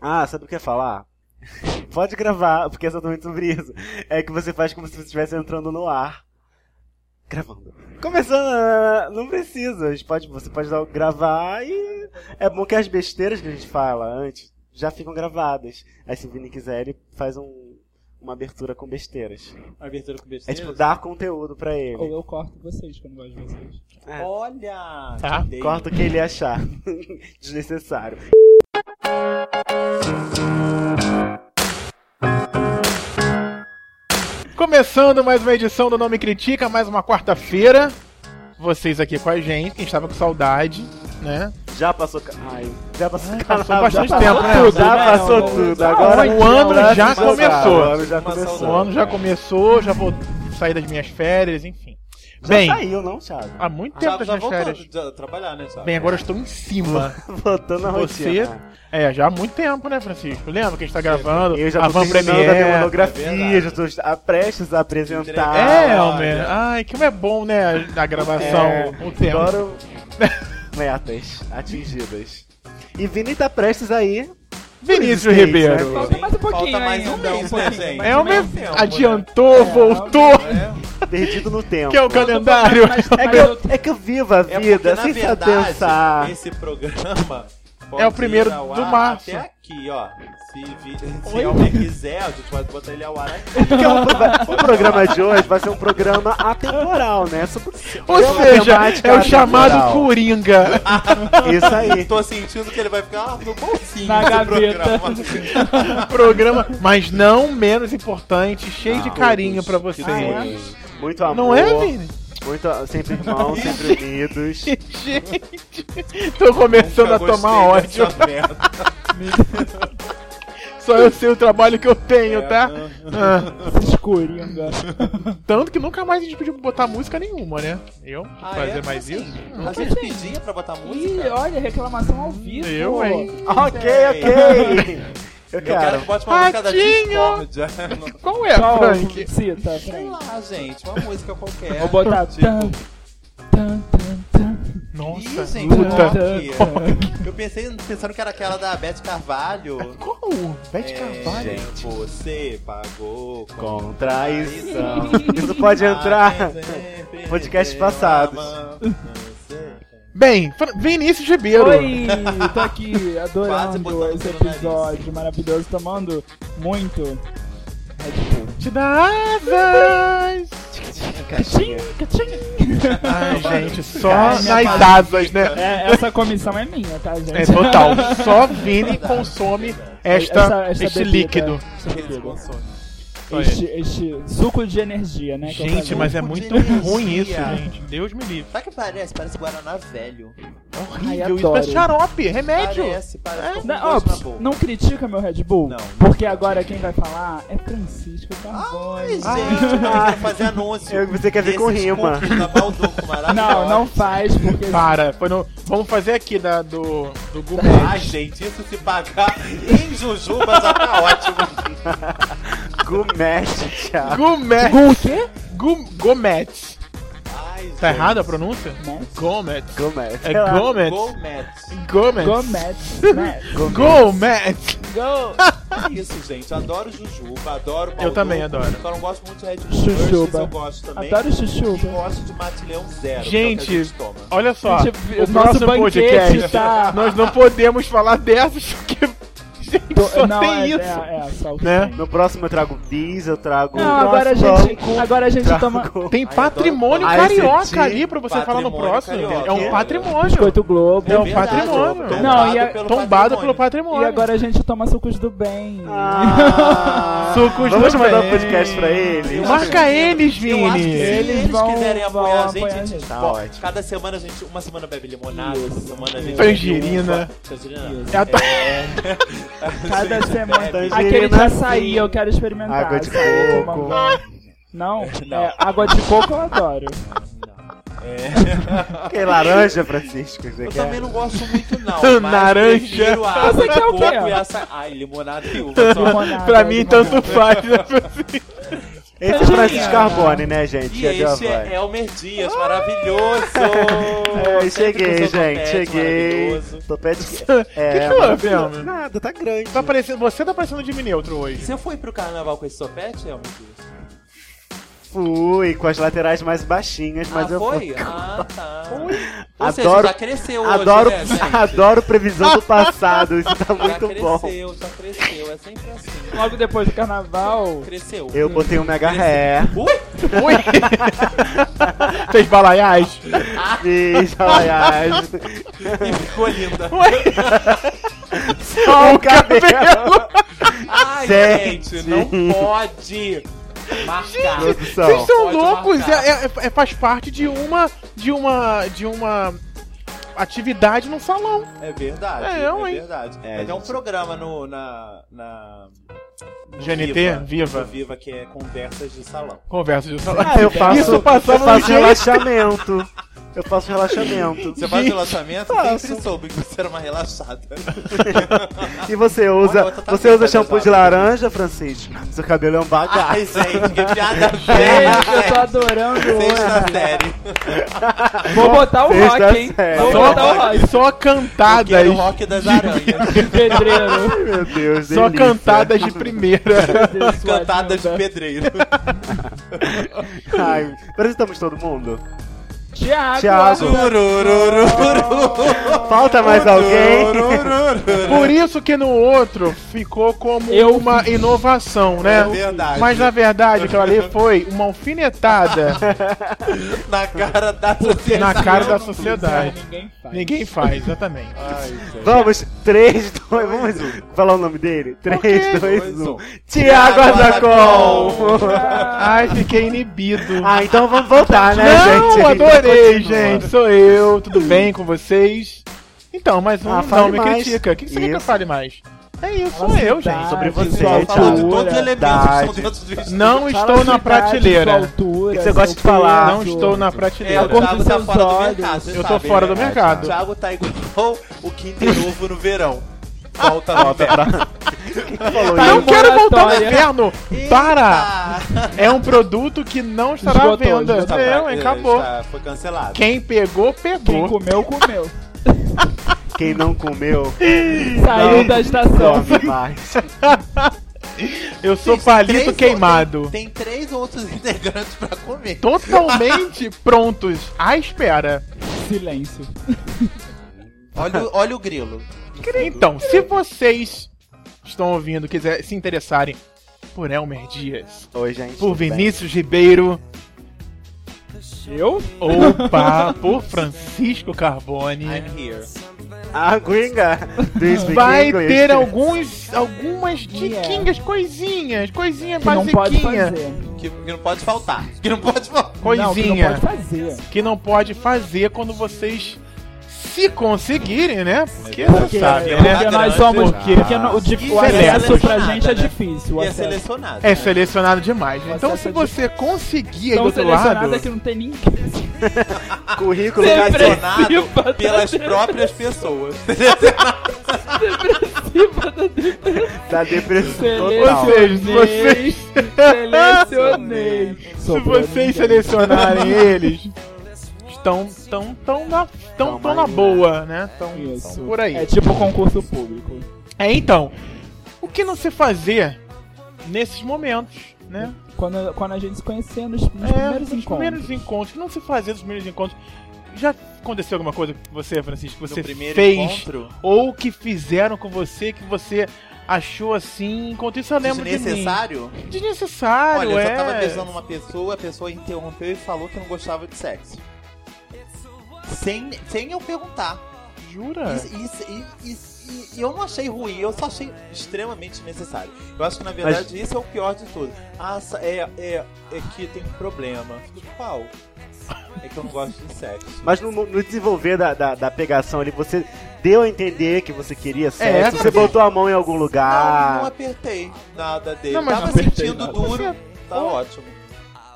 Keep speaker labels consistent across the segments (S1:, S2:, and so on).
S1: Ah, sabe o que eu ia falar? Pode gravar, porque é exatamente sobre isso. É que você faz como se você estivesse entrando no ar. Gravando. Começando, ah, não precisa. A gente pode, você pode dar, o- gravar e. É bom que as besteiras que a gente fala antes já ficam gravadas. Aí se o Vini quiser, ele faz um- uma abertura com besteiras.
S2: Abertura com
S1: É
S2: besteira.
S1: tipo dar conteúdo pra ele.
S3: Ou eu corto vocês, que eu não gosto de vocês.
S1: É.
S2: Olha!
S3: Tá,
S2: que ideia.
S1: Corta o que ele achar. Desnecessário.
S4: Começando mais uma edição do Nome Critica, mais uma quarta-feira. Vocês aqui com a gente, quem estava com saudade, né?
S1: Já passou. ca- Ai, já passou.
S4: passou
S1: carnaval,
S4: bastante
S1: já tá
S4: tempo, né?
S1: Já
S2: Não,
S1: passou
S2: não,
S1: tudo.
S2: não,
S1: Agora
S4: o ano
S1: agora
S4: já
S1: se passou,
S4: começou.
S1: O ano já
S2: Uma
S1: começou.
S4: O ano já começou, já vou sair das minhas férias, enfim.
S1: Já tá
S4: Bem,
S1: saiu, não, Thiago?
S4: há muito tempo
S2: Já,
S4: das
S2: já
S4: minhas férias.
S2: voltando a trabalhar, né, sabe?
S4: Bem, agora eu estou em cima.
S1: Voltando a
S4: Você-
S1: rotina.
S4: É, já há muito tempo, né, Francisco? Lembra que a gente tá gravando
S1: Eu já
S4: a
S1: tô
S4: Van
S1: terminando a minha
S4: Premiere.
S1: monografia,
S2: é
S1: já tô a- prestes a apresentar.
S2: Entregar.
S4: É,
S2: Ah,
S4: homem.
S2: já.
S4: Ai, como é bom, né, a gravação,
S1: É,
S4: o tempo.
S1: Agora eu- metas atingidas. E Vini tá prestes aí.
S4: Vinícius
S1: Pois é,
S4: Ribeiro.
S1: né?
S3: Falta mais um pouquinho
S2: Falta mais
S3: ainda,
S2: um mês, né,
S3: pouquinho,
S2: gente?
S3: mais
S4: É,
S3: um
S4: homem.
S3: mês.
S4: Adiantou, voltou.
S2: É,
S1: Perdido no tempo.
S4: Que é o calendário.
S3: Mas-
S1: É
S3: mas
S1: que eu,
S3: eu-
S1: é que eu vivo a
S2: é
S1: vida
S2: porque, na
S1: sem saber
S2: verdade,
S1: pensar.
S2: Esse programa pode
S4: É o primeiro
S2: ir ao
S4: do
S2: ar
S4: março.
S2: Até aqui, ó. Se, vi, se alguém quiser, a gente pode botar ele ao ar aqui.
S1: Porque o, vai- o programa de hoje vai ser um programa atemporal, né? Sobre-
S4: Ou
S1: é uma
S4: seja,
S1: temática
S4: é o chamado
S1: atemporal.
S4: Coringa.
S1: Isso aí.
S2: Tô sentindo que ele vai ficar ah, no bolsinho
S3: Na
S2: esse
S3: gaveta.
S2: programa.
S4: programa, mas não menos importante, cheio de
S1: Não,
S4: carinho pra vocês.
S2: que
S1: Ah, é? Muito amor.
S4: Não é, Vini?
S1: Muito, sempre irmãos, sempre unidos.
S4: Gente, tô começando
S2: Nunca
S4: a tomar
S2: gostei
S4: ódio.
S2: dessa merda.
S4: Só eu sei o trabalho que eu tenho, tá?
S2: É,
S4: Ah,
S3: Esses coringa.
S4: tanto que nunca mais a gente pediu pra botar música nenhuma, né? Eu?
S2: Ah, é?
S4: fazer
S2: Como
S4: mais
S2: assim?
S4: isso?
S2: A gente pedia pra botar
S3: Ih,
S2: música.
S3: olha, reclamação ao vivo.
S4: Eu, hein?
S1: ok, ok. Eu
S2: Eu quero que
S1: quero.
S2: bote uma música da
S4: Ratinho!
S2: Discordia.
S4: Qual é,
S3: Qual
S4: Frank?
S3: cita?
S2: Sei
S3: Frank?
S2: lá, gente, uma música qualquer.
S3: Vou botar.
S2: Tipo,
S3: Tan, tan, tan, tan.
S2: Ih,
S4: Nossa,
S2: gente,
S4: puta.
S2: rock. Eu pensei pensando que era aquela da Beth Carvalho.
S4: Qual? Bete Carvalho?
S2: É, Você pagou com
S1: Contraição. Isso pode entrar.
S2: sempre
S1: Podcasts
S2: deu
S1: passados.
S2: a mão. Você-
S4: Bem, Fra- Vinícius Ribeiro.
S3: Oi, tô aqui
S2: Quase
S3: adorando
S2: botando
S3: esse
S2: pelo nariz.
S3: episódio maravilhoso, tomando muito. É, tipo,
S4: Te dá asas.
S2: Tá
S1: Caixinha.
S4: Ai, gente, só
S3: Ai, minha
S4: nas
S2: barriga.
S4: asas, né?
S3: É, essa comissão é minha, tá, gente?
S4: É total. Só Vini consome esta,
S3: Essa- essa
S4: este
S3: bebida, é né,
S4: líquido.
S3: essa bebida.
S4: Só
S3: Este, este suco de energia, né? que eu
S4: Gente,
S3: falei.
S4: mas é
S2: Suco de
S4: muito ruim
S2: energia.
S4: isso, gente. Deus me livre.
S2: Sabe o que parece? Parece Guaraná velho.
S4: É horrível.
S3: Ai,
S4: isso
S3: adoro.
S4: parece xarope, remédio.
S2: Parece, parece. com
S3: É? Não,
S2: um gosto
S3: ó,
S2: na boca.
S3: não critica meu Red Bull,
S2: Não.
S3: porque agora quem vai falar é Francisco
S2: Ai,
S3: Carbone.
S2: gente, eu quero fazer anúncio.
S1: Eu- você quer ver com
S2: desses
S1: rima.
S2: cookies Da Balduco, maravilhosa.
S3: não, não faz, porque
S4: Para, foi no- vamos fazer aqui da, do, do Google.
S2: Ah, gente, isso se pagar em Jujuba já tá ótimo.
S1: Gumete, Thiago.
S4: Gourmet.
S3: Gu- o quê?
S4: Gu- Gourmet.
S2: Ai,
S4: Tá
S2: gente.
S4: errada a pronúncia?
S3: Gourmet?
S4: Gourmet.
S1: Gumete.
S4: É
S1: Sei lá.
S4: Gourmet.
S2: Gourmet.
S4: Gourmet.
S3: Gomet, né?
S4: Gourmet.
S3: Go!
S2: É isso, gente. Adoro Jujuba, adoro Balduco.
S4: Eu também adoro.
S2: Só não gosto muito de Red Bull
S3: Jujuba.
S2: Jujuba. eu gosto também.
S3: Adoro chuchu.
S2: E gosto de Matilhão Zero. que é o
S4: Gente,
S2: que a gente toma.
S4: Olha só.
S3: Gente,
S4: o
S3: o nosso
S4: próximo
S3: banquete
S4: podcast.
S3: tá-
S4: Nós não podemos falar dessas porque. Gente, só
S3: não,
S4: tem
S3: é,
S4: isso.
S3: É, é, só o que
S4: Né?
S3: tem.
S1: No próximo eu trago bis, eu trago.
S3: Não, agora a gente, agora a gente toma
S4: Tem
S2: Ai,
S4: patrimônio
S1: adoro-
S4: carioca
S1: ICT,
S4: ali pra você falar no
S2: patrimônio
S4: próximo.
S2: carioca.
S4: É um patrimônio.
S3: Biscoito Globo.
S4: É um
S2: Verdade,
S4: patrimônio.
S2: tombado
S3: Não, e a-
S2: pelo
S4: Tombado pelo
S3: E
S4: patrimônio.
S3: agora a gente toma sucos do bem.
S1: Ah,
S4: Sucos
S1: Vamos
S4: do
S1: mandar um
S4: bem.
S1: podcast pra ele.
S4: Marca eles,
S2: Eu acho que se
S4: Vini.
S2: eles,
S3: Eles vão-
S2: quiserem apoiar
S3: vão
S2: a gente, a
S3: apoiar a
S2: gente
S3: gente.
S1: Tá
S2: bota.
S1: ótimo.
S2: Cada semana a gente. Uma semana bebe limonada, outra semana a gente.
S4: Tangerina.
S2: bebe uva. Tangerina. É.
S4: É a ta-
S3: Cada semana.
S1: Tangerina,
S3: Aquele de
S1: sim.
S3: açaí eu quero experimentar.
S1: Água de
S3: Açaí com
S1: coco.
S3: mamão. Não,
S2: Não.
S3: É, água de coco eu adoro.
S1: Que laranja, Francisco. é. Você
S2: Eu
S1: quer?
S2: também não gosto muito, não. mas
S4: Naranja.
S2: prefiro a
S3: Você
S2: água de
S3: quer é o
S2: coco
S3: quê?
S2: e essa... Ai, limonada e uva. Só.
S3: Limonada,
S4: pra mim,
S3: limonada.
S4: tanto faz. né?
S1: Esse é
S3: Tadinha.
S1: Francisco Carbone, né, gente?
S2: Então,
S1: Já
S2: E
S1: deu a
S2: esse
S1: voz.
S2: é Elmer Dias, maravilhoso!
S1: É,
S2: Sempre com
S1: cheguei,
S2: seu
S1: gente,
S2: topete
S1: cheguei.
S2: maravilhoso.
S1: Topete.
S4: que que houve,
S1: não,
S4: Elmer?
S1: É, Nada, tá grande.
S4: Tá parecendo, você tá parecendo o Jimmy Neutro hoje.
S2: Você foi pro carnaval com esse topete, Elmer Dias?
S1: Fui com as laterais mais baixinhas, mas
S2: ah,
S1: eu
S2: foi? Ah, tá. Ou seja,
S1: Adoro-
S2: já cresceu
S1: Adoro,
S2: hoje, né, gente?
S1: adoro previsão do passado, isso tá
S2: Já
S1: muito bom.
S2: cresceu, já cresceu, é sempre assim.
S3: Logo depois do carnaval.
S2: Cresceu.
S1: Eu botei um mega ré,
S2: Ui!
S4: Ui! Fez balaiás?
S1: fiz balaiagem,
S2: E ficou linda.
S1: o cabelo.
S2: Ai,
S1: Gente.
S2: gente, não pode marcar.
S1: Produção.
S4: Vocês são
S2: Pode
S4: loucos!
S2: marcar.
S4: É, é- é- faz parte de uma. de uma. de uma. atividade num salão.
S2: É verdade,
S4: É,
S2: é,
S4: eu, hein?
S2: verdade.
S1: É,
S2: É, Tem um
S1: gente.
S2: programa no, na, na... no
S4: GNT? Viva.
S2: No Viva, que é conversas de salão.
S4: Conversa de um salão.
S2: tá
S1: Ah, eu faço,
S4: Isso
S1: eu
S4: passava no
S1: faço
S4: jeito.
S1: relaxamento. Eu faço relaxamento.
S2: Você faz
S4: Gente,
S2: relaxamento?
S1: faço.
S2: Sempre soube que você era uma relaxada.
S1: E você usa,
S2: Olha, você tá
S1: você usa
S2: bem,
S1: shampoo de
S2: tá
S1: laranja, Francisco? Seu cabelo é um bagaço.
S2: Ai, gente, que piada
S4: É.
S3: Gente, eu tô
S2: velha.
S3: adorando
S2: Sexta
S3: hoje.
S2: série.
S3: Vou botar o
S1: Sexta
S3: rock, hein?
S1: série.
S3: Vou
S4: Só,
S3: botar o um rock.
S4: só
S2: Eu quero
S4: cantadas.
S2: o rock das aranhas.
S3: Pedreiro.
S1: Meu Deus,
S4: Só
S1: delícia.
S4: cantadas de primeira.
S2: Cantada de
S3: Suadilda.
S2: pedreiro.
S1: Ai, apresentamos todo mundo?
S3: Tiago.
S1: Thiago.
S2: Turururururu.
S1: Falta mais alguém?
S2: Tururururu.
S4: Por isso que no outro ficou como
S3: Eu-
S4: uma inovação, né?
S2: É verdade.
S4: Mas na verdade aquilo ali foi uma alfinetada
S2: Na cara da
S4: na
S2: sociedade.
S4: cara da
S3: Ah,
S4: sociedade.
S3: Ninguém faz.
S4: Ninguém faz, exatamente.
S2: Ai, gente.
S1: Vamos, 3, 2, vamos um. falar o nome dele? 3, 2,
S2: dois,
S1: 1.
S2: um.
S1: Tiago
S2: Thiago
S1: Azacol!
S4: Ai, fiquei inibido.
S1: Ah, então vamos voltar, né,
S4: Não,
S1: gente?
S4: adorei,
S1: Continua.
S4: gente. Sou eu, tudo bem com vocês? Então, mas um
S1: Ah, fale
S4: não me
S1: mais.
S4: critica. O que que você quer que eu
S1: Isso.
S4: fale mais? É isso, sou
S3: Nossa,
S4: eu,
S3: tá.
S4: gente.
S1: Sobre
S3: Ah,
S1: você,
S2: Só
S3: visual,
S2: falar de
S1: Thiago.
S2: todos os elementos que
S1: Verdade.
S2: estão dentro do vestido.
S4: Não
S3: Fala
S4: estou na
S3: cidade, sua
S4: prateleira.
S1: O
S3: altura,
S1: que você gosta
S3: seu
S1: de falar?
S4: Não
S3: peso.
S4: estou na
S2: É, o
S4: prateleira.
S3: Gordo
S2: Thiago
S3: dos
S2: tá
S3: seus
S2: fora do
S3: olhos.
S2: mercado, vocês
S4: Eu tô
S2: sabem,
S4: fora
S2: né?
S4: do mercado.
S2: O Thiago tá igual o Kinder Ovo no verão. Volta no
S1: Volta
S2: inverno.
S1: pra... Quem falou
S3: Tá
S1: isso?
S4: Não quero voltar no
S3: Moratória.
S4: inferno! Para!
S2: Eita!
S4: É um produto que não estará à
S3: Esgotou,
S4: venda.
S3: esgotou.
S4: Não, é,
S2: Tá,
S4: acabou.
S2: tá, foi cancelado.
S4: Quem pegou,
S3: Quem
S4: pegou.
S3: comeu, comeu.
S1: Quem não comeu,
S3: Saiu
S1: Não.
S3: da estação.
S1: come mais.
S4: Eu sou
S2: Tem três
S4: palito
S2: ou-
S4: queimado.
S2: Tem, tem três outros integrantes pra comer.
S4: Totalmente prontos à espera.
S3: Silêncio.
S2: Olha, o- olha o grilo.
S4: Então, se vocês estão ouvindo, quiser se interessarem por Elmer Dias,
S1: Oi, gente.
S4: por
S1: tudo bem?
S4: Vinícius Ribeiro
S3: Eu?
S4: ou pá, por Francisco Carbone,
S2: I'm here.
S1: Ah, gringa. Do you speak
S4: vai
S1: English?
S4: ter alguns, algumas
S3: Yeah.
S4: diquinhas, coisinhas, coisinha
S3: é? Que não pode
S4: basiquinha.
S3: fazer.
S2: Que, que não pode faltar. Que não pode faltar.
S4: coisinha.
S3: Não, que não pode fazer.
S4: que não pode fazer quando vocês se conseguirem, né? Porque
S2: verdade.
S4: você
S3: Porque,
S4: sabe,
S2: é
S4: né?
S3: porque
S2: Cadrante.
S3: nós somos.
S1: Ah.
S3: Porque no- o, di- o
S2: E
S3: acesso pra
S2: selecionada,
S3: gente é
S2: né?
S3: difícil. O
S2: E é
S3: acesso.
S2: selecionado.
S4: É
S2: né?
S4: selecionado demais. Então, se
S3: acesso é
S4: você conseguir aí do
S3: Tão
S4: outro
S3: selecionado
S4: lado,
S3: é que não tem ninguém.
S1: Currículo
S3: Sempre.
S1: caseiro.
S4: assim,
S3: Depressiva, tá
S2: Selecionado pelas
S3: dentro.
S2: próprias pessoas.
S1: da depressão total.
S4: seja, se
S3: Selecionei.
S4: vocês-
S3: Selecionei.
S4: se
S3: Sobrou ninguém.
S4: vocês selecionarem eles, estão tão, tão na, tão, tão na boa, né?
S1: então
S4: Tão,
S3: Isso.
S4: por aí.
S3: É tipo concurso público.
S4: É, então, o que não se fazer nesses momentos, né?
S3: Quando, quando a gente se conhecia nos, nos
S4: É,
S3: primeiros
S4: os
S3: encontros.
S4: primeiros encontros. Que não se fazia nos primeiros encontros. Já aconteceu alguma coisa com você, Francisco, que
S2: No
S4: você
S2: primeiro
S4: fez
S2: encontro,
S4: ou que fizeram com você que você achou assim? Enquanto isso eu lembro de mim.
S2: desnecessário?
S4: Desnecessário,
S2: Olha, eu
S4: é.
S2: já tava beijando uma pessoa, a pessoa interrompeu e falou que não gostava de sexo. Sem, sem eu perguntar.
S4: Jura?
S2: E, e- e- e- e eu não achei ruim, eu só achei extremamente necessário. Eu acho que na
S1: Mas-
S2: verdade isso é o pior de tudo. Ah, sa- é, é, é que tem um problema. Fico, Qual? É que eu não gosto de sexo.
S1: Mas no, no desenvolver da, da, da pegação ali, você deu a entender que você queria
S4: É,
S1: sexo, você
S4: porque-
S1: botou a mão em algum
S2: Não, não é-
S1: lugar.
S2: apertei nada dele.
S4: Não, mas
S2: Tava
S4: não apertei
S2: sentindo
S4: nada.
S2: duro, tá
S4: Pô.
S2: ótimo.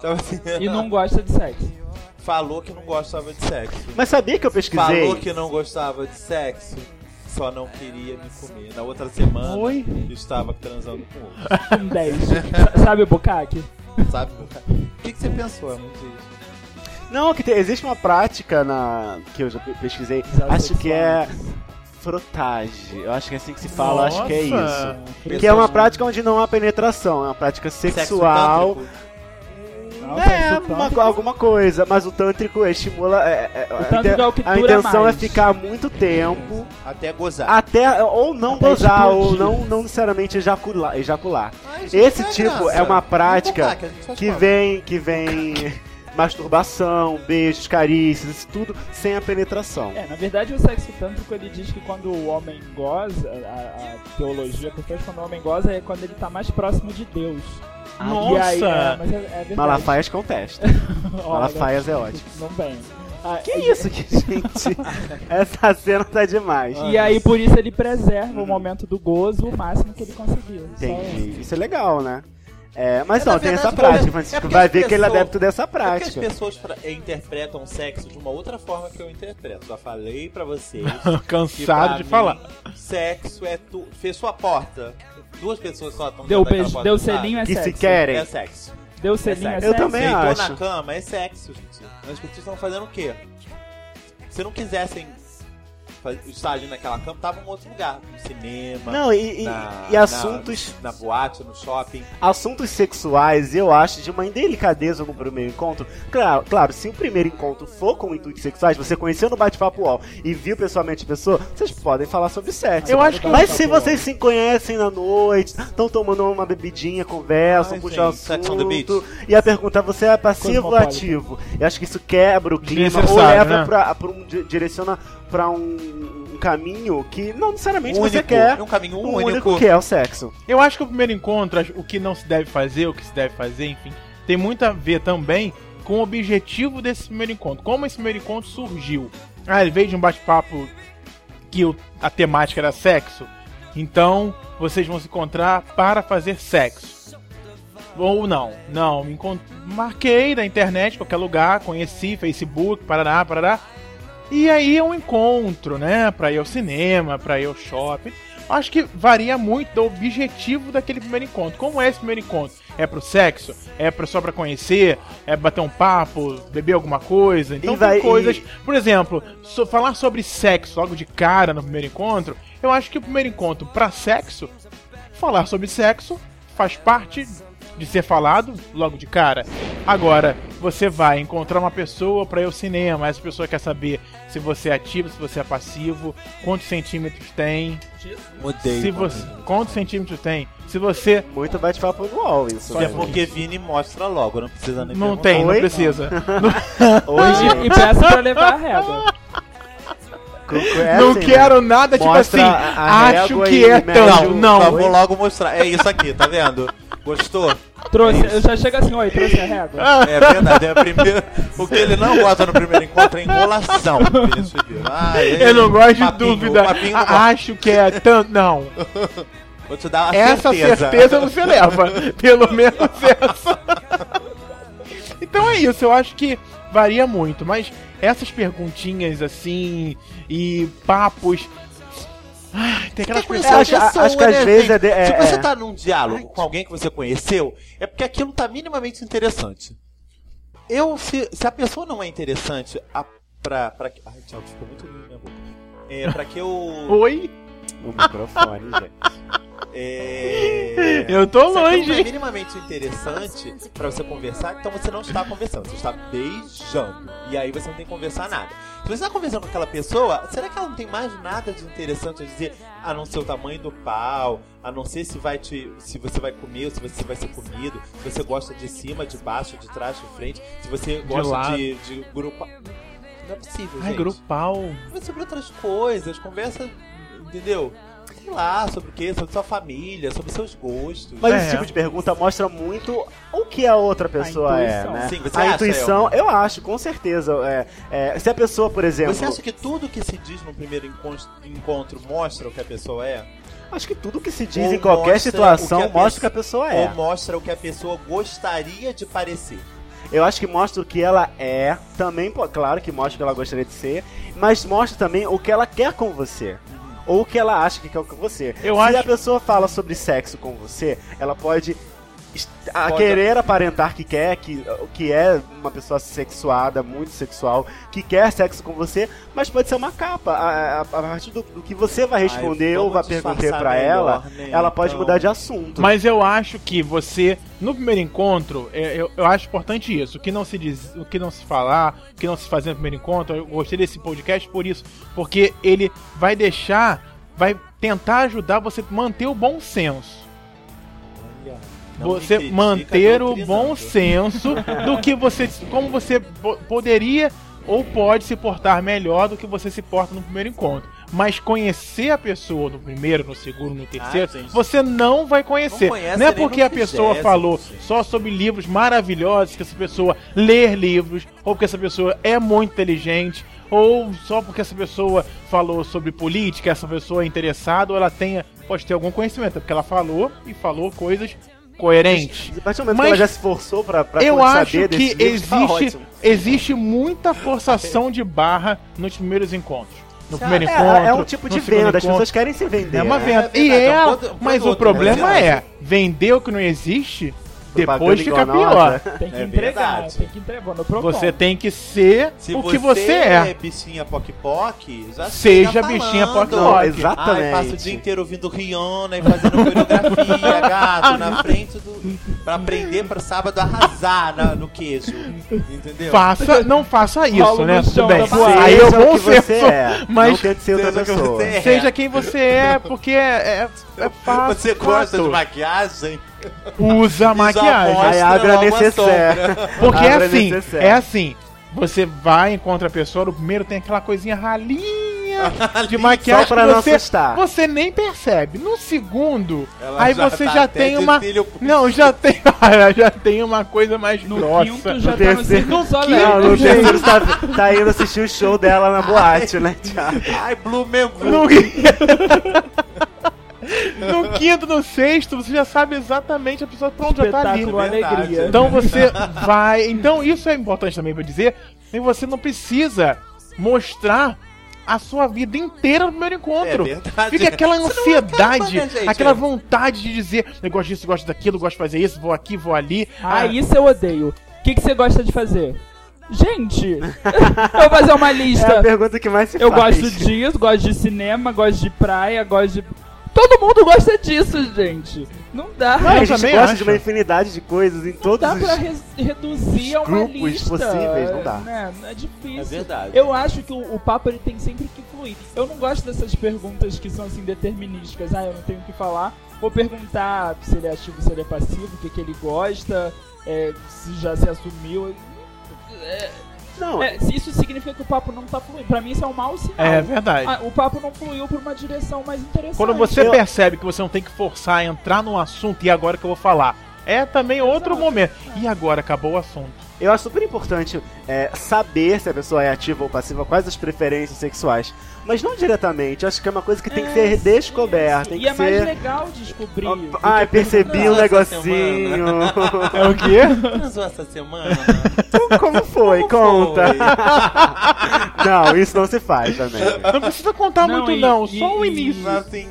S2: Tava assim,
S3: E não gosta de sexo.
S2: Falou que não gostava de sexo.
S1: Mas sabia que eu
S2: Falou
S1: pesquisei?
S2: que não gostava de sexo, só não queria me comer. Na outra semana,
S4: Oi?
S2: estava transando com outro.
S3: Um 10. Sabe o Bukaki?
S2: sabe? O que, que você pensou? É muito isso.
S1: Não, que tem- existe uma prática na que eu já pe- pesquisei. Acho que é frotagem. Eu acho que é assim que se fala, acho que é isso. Que é uma prática onde não há penetração, é uma prática sexual.
S2: Sexo tântrico.
S3: Não,
S1: É,
S3: o tântrico-
S1: uma- alguma coisa, mas o tântrico estimula. é- é-
S3: O tântrico é o que
S1: a
S3: dura
S1: intenção
S3: mais.
S1: é ficar muito tempo,
S2: Até
S1: Ah,
S2: gozar.
S1: até ou não
S3: Até
S1: gozar, ou
S3: explodir.
S1: não, não necessariamente ejacular. ejacular.
S2: Mas
S1: Esse
S2: isso
S1: tipo
S2: graça.
S1: é uma
S2: Vamos
S1: prática
S2: contar, a gente faz
S1: Que
S2: falta.
S1: vem, que vem masturbação, beijos, carícias, isso tudo sem a penetração.
S3: É, na verdade o sexo tântrico ele diz que quando o homem goza, a, a teologia propõe que quando o homem goza é quando ele tá mais próximo de Deus.
S4: Nossa!
S3: E aí, é, mas é, é verdade.
S1: Malafaias contesta.
S3: Olha,
S1: Malafaias é ótimo.
S3: Não vem. Ah,
S1: Que isso que, gente? Essa cena tá demais.
S2: Ah,
S3: E aí por isso ele preserva o momento do gozo o máximo que ele conseguiu. Só
S1: Entendi. Isso é legal, né? É, mas
S2: um.
S1: não,
S2: É, na
S1: tem
S2: verdade,
S1: essa prática,
S2: é
S1: Francisco.
S2: porque
S1: Vai
S2: as
S1: ver que ele é
S2: pessoas-
S1: adepto dessa
S2: É porque
S1: prática.
S2: as pessoas fra- eh, interpretam sexo de uma outra forma que eu interpreto. Já falei pra vocês. que pra
S4: Cansado de
S2: mim,
S4: falar.
S2: Sexo é tu. Fechou a porta. Duas pessoas só estão
S3: Deu, beijo, deu selinho é
S1: Que se
S3: sexo.
S1: querem.
S2: É sexo.
S3: Deu selinho é,
S2: É
S1: sexo. Eu
S3: sexo.
S1: também
S2: Deitou
S1: acho.
S2: na cama é sexo, gente. Mas vocês estão fazendo o quê? Se não quisessem fa- estar ali naquela cama, tava em outro lugar. No cinema.
S1: Não, e, e-
S2: na-
S1: e assuntos,
S2: Na, na boate, no shopping.
S1: assuntos sexuais eu acho de uma indelicadeza no primeiro encontro. Claro, claro, se o primeiro encontro for com intuitos sexuais, você conheceu no bate-papo UOL e viu pessoalmente a pessoa, vocês podem falar sobre sexo. um
S4: Eu acho que-
S1: Mas é se vocês se conhecem na noite, estão tomando uma bebidinha, conversam,
S2: Ai,
S1: puxam o
S2: gente, é um sex on the
S1: assunto, e a pergunta, você é passivo ou
S3: Cosmopolita.
S1: ativo? Eu acho que isso quebra o clima ou
S4: Desnecessário,
S1: leva
S4: né?
S1: pra, pra um, di- direciona pra um, um caminho que não necessariamente você
S2: único.
S1: quer
S2: É um caminho
S1: o
S2: único.
S1: único que é o sexo.
S4: Eu acho que o primeiro encontro, as- o que não se deve fazer, o que se deve fazer, enfim, tem muito a ver também com o objetivo desse primeiro encontro. Como esse primeiro encontro surgiu? Ah, ele veio de um bate-papo que o- a temática era sexo. Então, vocês vão se encontrar para fazer sexo. Ou não. Não, me encont- marquei na internet, qualquer lugar, conheci, Facebook, parará, parará. E aí é um encontro, né? Pra ir ao cinema, pra ir ao shopping. Acho que varia muito do objetivo daquele primeiro encontro. Como é esse primeiro encontro? É pro sexo? É pra, só pra conhecer? É bater um papo? Beber alguma coisa? Então
S1: E vai-
S4: tem coisas.
S1: e-
S4: Por exemplo, so- falar sobre sexo logo de cara no primeiro encontro, eu acho que o primeiro encontro pra sexo, falar sobre sexo faz parte de ser falado logo de cara. Agora, você vai encontrar uma pessoa pra ir ao cinema, essa pessoa quer saber se você é ativo, se você é passivo, quantos centímetros tem,
S2: Mudei.
S4: se você quantos centímetros tem, se você
S1: Muito bate-papo no UOL isso.
S2: Só é porque Vini mostra logo, não precisa nem
S4: não
S2: perguntar.
S4: tem, não
S1: Oi?
S4: precisa.
S1: Hoje,
S3: E, e peça pra levar a régua.
S1: Cuco, é
S4: não
S1: assim, né?
S4: quero nada tipo
S1: Mostra
S4: assim.
S1: a- a
S4: acho
S1: régua
S4: que
S1: e
S4: é
S1: mede
S4: tanto.
S1: o-
S4: Não,
S2: Só vou logo mostrar. É isso aqui, tá vendo? Gostou?
S3: Trouxe, eu já chego assim, oi, trouxe a régua.
S1: Ah!
S2: É verdade, é a primeira. O que ele não gosta no primeiro encontro é enrolação. Vinícius Júnior. Ah, e aí?
S4: Eu não gosto de
S2: Papinho,
S4: dúvida.
S2: papinho não
S4: A-
S2: gosta.
S4: acho que é tanto. Não.
S2: Vou te dar uma
S4: essa certeza. você leva. Pelo menos essa. Então é isso, eu acho que varia muito, mas essas perguntinhas assim e papos. Ai, tem aquelas coisas.
S1: conhecer acho- acho que às vezes é de- é-
S2: Se você
S1: é.
S2: tá num diálogo com alguém que você conheceu, é porque aquilo tá minimamente interessante. Eu, se, se a pessoa não é interessante, a, pra, pra que. Ai, tchau, ficou muito lindo minha boca. É, pra que eu.
S4: Oi?
S1: O microfone, gente.
S2: É...
S4: Eu tô
S2: Se aquilo não é
S4: longe.
S2: minimamente interessante pra você conversar, então você não está conversando, você está beijando. E aí você não tem que conversar nada. Se você está conversando com aquela pessoa, será que ela não tem mais nada de interessante a dizer, a não ser o tamanho do pau, a não ser se vai te. se você vai comer ou se você vai ser comido, se você gosta de cima, de baixo, de trás, de frente, se você gosta
S4: lado.
S2: de, de grupo. Não é possível,
S4: Ai,
S2: gente.
S4: grupal.
S2: Conversa sobre outras coisas, conversa, entendeu? Sei lá, sobre o quê? Sobre sua família, sobre seus gostos.
S1: Mas esse
S4: É.
S1: tipo de pergunta mostra muito o que a outra pessoa é,
S3: intuição.
S1: né?
S2: Sim, você
S1: a
S2: acha,
S1: intuição, eu acho, com certeza. É, é, se a pessoa, por exemplo.
S2: Você acha que tudo que se diz no primeiro encon- encontro mostra o que a pessoa é?
S1: Acho que tudo que se diz
S2: Ou
S1: em qualquer
S2: mostra o
S1: situação
S2: que a
S1: mostra o que a
S2: pesso-
S1: pessoa é.
S2: Ou mostra o que a pessoa gostaria de parecer?
S1: Eu acho que mostra o que ela é, também, pô, claro que mostra o que ela gostaria de ser, mas mostra também o que ela quer com você. Ou o que ela acha que quer com você.
S4: Uhum. Eu
S1: Se
S4: acho-
S1: a pessoa fala sobre sexo com você, ela pode est- a querer aparentar que quer, que, que é uma pessoa sexuada, muito sexual, que quer sexo com você, mas pode ser uma capa. A, a- a partir do, do que você vai responder ou vai perguntar pra ela,
S2: né,
S1: ela pode
S2: então.
S4: Então.
S1: mudar de assunto.
S4: Mas eu acho que você, no primeiro encontro, é, eu, eu acho importante isso. O que não se diz, o que não se falar, o que não se fazer no primeiro encontro. Eu gostei desse podcast por isso, porque ele vai deixar, vai tentar ajudar você a manter o bom senso. você manter o bom senso do que você, como você po- poderia ou pode se portar melhor do que você se porta no primeiro encontro. Mas conhecer a pessoa no primeiro, no segundo, no terceiro,
S2: Ah, gente.
S4: você não vai conhecer.
S2: Não conhece
S4: Não é
S2: nem
S4: porque
S2: no
S4: a pessoa
S2: 30º,
S4: falou
S2: gente.
S4: só sobre livros maravilhosos, que essa pessoa lê livros, ou porque essa pessoa é muito inteligente, ou só porque essa pessoa falou sobre política, essa pessoa é interessada, ou ela tenha, pode ter algum conhecimento, é porque ela falou e falou coisas coerentes.
S1: a partir do momento
S4: mas-
S1: que ela já se forçou pra, pra
S4: Eu
S1: saber
S4: acho que
S1: desse livro, tá
S4: existe,
S1: ótimo.
S4: existe muita forçação de barra nos primeiros encontros. No primeiro
S1: É,
S4: encontro.
S1: é um tipo de
S4: no segundo
S1: venda, as
S4: encontro.
S1: pessoas querem se vender.
S4: É uma
S1: né?
S4: venda.
S2: É
S4: e
S2: verdade, é um
S4: ela,
S2: produ- um
S4: mas o
S2: produto,
S4: problema
S2: né?
S4: é, vender o que não existe,
S1: é Propaganda
S4: depois fica
S1: enganosa.
S4: pior.
S3: Tem que
S2: É
S3: entregar,
S2: verdade.
S3: tem que entregar. No Procon.
S4: Você tem que ser
S2: Se
S4: o que você é.
S2: bichinha poc-poc, já
S4: Seja
S2: chega
S4: bichinha
S2: falando.
S4: poc-poc.
S1: Não, exatamente.
S2: Ai, passo o dia inteiro ouvindo Rihanna e fazendo coreografia, gato, na frente do... Pra aprender pra sábado arrasar na- no queijo, entendeu?
S4: Faça, não faça isso,
S3: Paulo
S4: né?
S3: no
S4: Tudo
S3: chão
S4: bem.
S3: da
S1: Seja
S3: voada.
S4: Aí eu
S1: o
S4: vou
S1: que você
S4: ser.
S1: é, não
S4: mas-
S1: tente ser outra
S2: Seja o que
S1: pessoa.
S2: você é.
S4: Seja quem você é, porque é, é, é fácil.
S2: Você gosta de
S4: fácil.
S2: maquiagem? mostra
S4: Usa maquiagem.
S1: Aí abre a
S2: lá uma
S1: necessaire.
S4: Porque é
S1: Abre
S4: assim,
S1: necessaire.
S4: é assim. Você vai, encontra a pessoa, no primeiro tem aquela coisinha ralinha de maquiagem
S1: Só pra
S4: que
S1: não
S4: você,
S1: assustar.
S4: você nem percebe. No segundo,
S2: Ela
S4: aí
S2: já
S4: você
S2: tá
S4: já
S2: até
S4: tem
S2: de
S4: uma...
S2: cílio-
S4: Não, já tem, ela já tem uma coisa mais
S3: No
S4: grossa.
S3: quinto já
S1: No
S3: tá no
S1: terceiro-
S3: segundo só
S1: assim. Não, no
S3: leve.
S1: terceiro está, tá indo assistir o show dela na boate, né, Thiago?
S2: Ai, Blue Man Blue.
S4: No... qui- no quinto, no sexto, você já sabe exatamente a pessoa pra onde já tá ali.
S3: Espetáculo, alegria.
S4: Então você vai. Então isso é importante também pra dizer. E você não precisa mostrar a sua vida inteira no primeiro encontro.
S2: É verdade.
S4: Fica aquela
S2: Você não
S4: ansiedade,
S2: acaba, né, gente?
S4: aquela
S2: É.
S4: vontade de dizer: eu gosto disso, gosto daquilo, gosto de fazer isso, vou aqui, vou ali.
S3: Ah, isso eu odeio. O que, que você gosta de fazer? Gente, eu vou fazer uma lista.
S1: É a pergunta que mais se
S3: Eu
S1: faz.
S3: gosto disso, gosto de cinema, gosto de praia, gosto de. Todo mundo gosta disso, gente. Não dá.
S4: Mas-
S1: A
S4: Eu
S1: gente
S4: também
S1: gosta
S4: acho.
S1: de uma infinidade de coisas em
S3: não
S1: todos
S3: dá pra
S1: os...
S3: re- reduzir a uma
S1: grupos
S3: lista.
S1: possíveis, não dá.
S3: Né? É difícil.
S2: É verdade.
S3: Eu acho que o, o papo ele tem sempre que fluir. Eu não gosto dessas perguntas que são assim determinísticas. Ah, eu não tenho o que falar. Vou perguntar se ele é ativo, se ele é passivo, o que, que ele gosta, é, se já se assumiu.
S1: Não,
S3: É, se isso significa que o papo não tá fluindo. Pra mim isso é um mau sinal.
S4: É verdade.
S3: Ah, o papo não fluiu por uma direção mais interessante.
S4: Quando você
S1: Eu-
S4: percebe que você não tem que forçar a entrar num assunto e agora que eu vou falar. É também outro
S3: Exato.
S4: momento. E agora acabou o assunto.
S1: eu acho super importante é, saber se a pessoa é ativa ou passiva, quais as preferências sexuais. Mas não diretamente, eu acho que é uma coisa que tem que ser descoberta, tem
S3: e
S1: que
S3: é mais
S1: ser...
S3: legal descobrir.
S1: Ah,
S3: do
S1: Ai,
S3: que
S1: percebi um
S2: perguntar. é Nossa,
S1: negocinho.
S4: É o quê?
S2: transou essa semana?
S1: Como foi?
S2: Como
S1: Conta.
S2: foi?
S1: Não, isso não se faz também.
S4: Não precisa contar
S3: Não,
S4: muito,
S3: e-
S4: não.
S3: e-
S4: Só o
S3: e-
S4: início.
S2: Assim,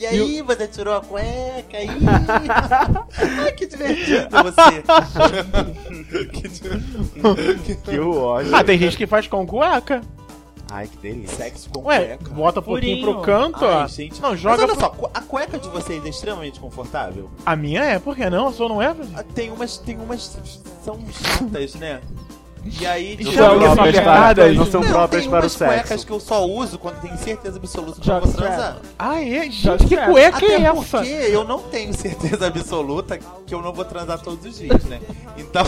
S2: e aí, você tirou a cueca? Ih. Ai, que divertido você. que divertido.
S1: Que ódio.
S4: Ah, tem gente que faz com cueca.
S1: Ai, que delícia.
S2: Sexo com
S4: Ué,
S2: cueca.
S4: bota um pouquinho
S3: Furinho.
S4: pro canto, ó.
S2: Ai, gente.
S4: Não,
S2: Mas
S4: joga
S2: olha
S4: pro...
S2: só, cu- a cueca de vocês é extremamente confortável?
S4: A minha é, por que não? A sua não é? Brasil?
S2: Ah, Tem umas, tem umas são chatas, né? E aí, tipo,
S4: Não são
S2: eu-
S4: próprias
S2: eu-
S4: para-
S1: apertadas, não
S4: Não,
S1: é são
S2: Não,
S1: próprias
S2: tem
S1: para o
S2: umas cuecas
S1: sexo.
S2: que eu só uso quando tenho certeza absoluta que eu
S3: Joga
S2: vou
S3: strap.
S2: transar.
S4: Ah, é?
S3: Já
S4: Gente, que
S3: sei.
S4: cueca
S2: Até
S4: é essa?
S2: porque eu não tenho certeza absoluta que eu não vou transar todos os dias, né? Então,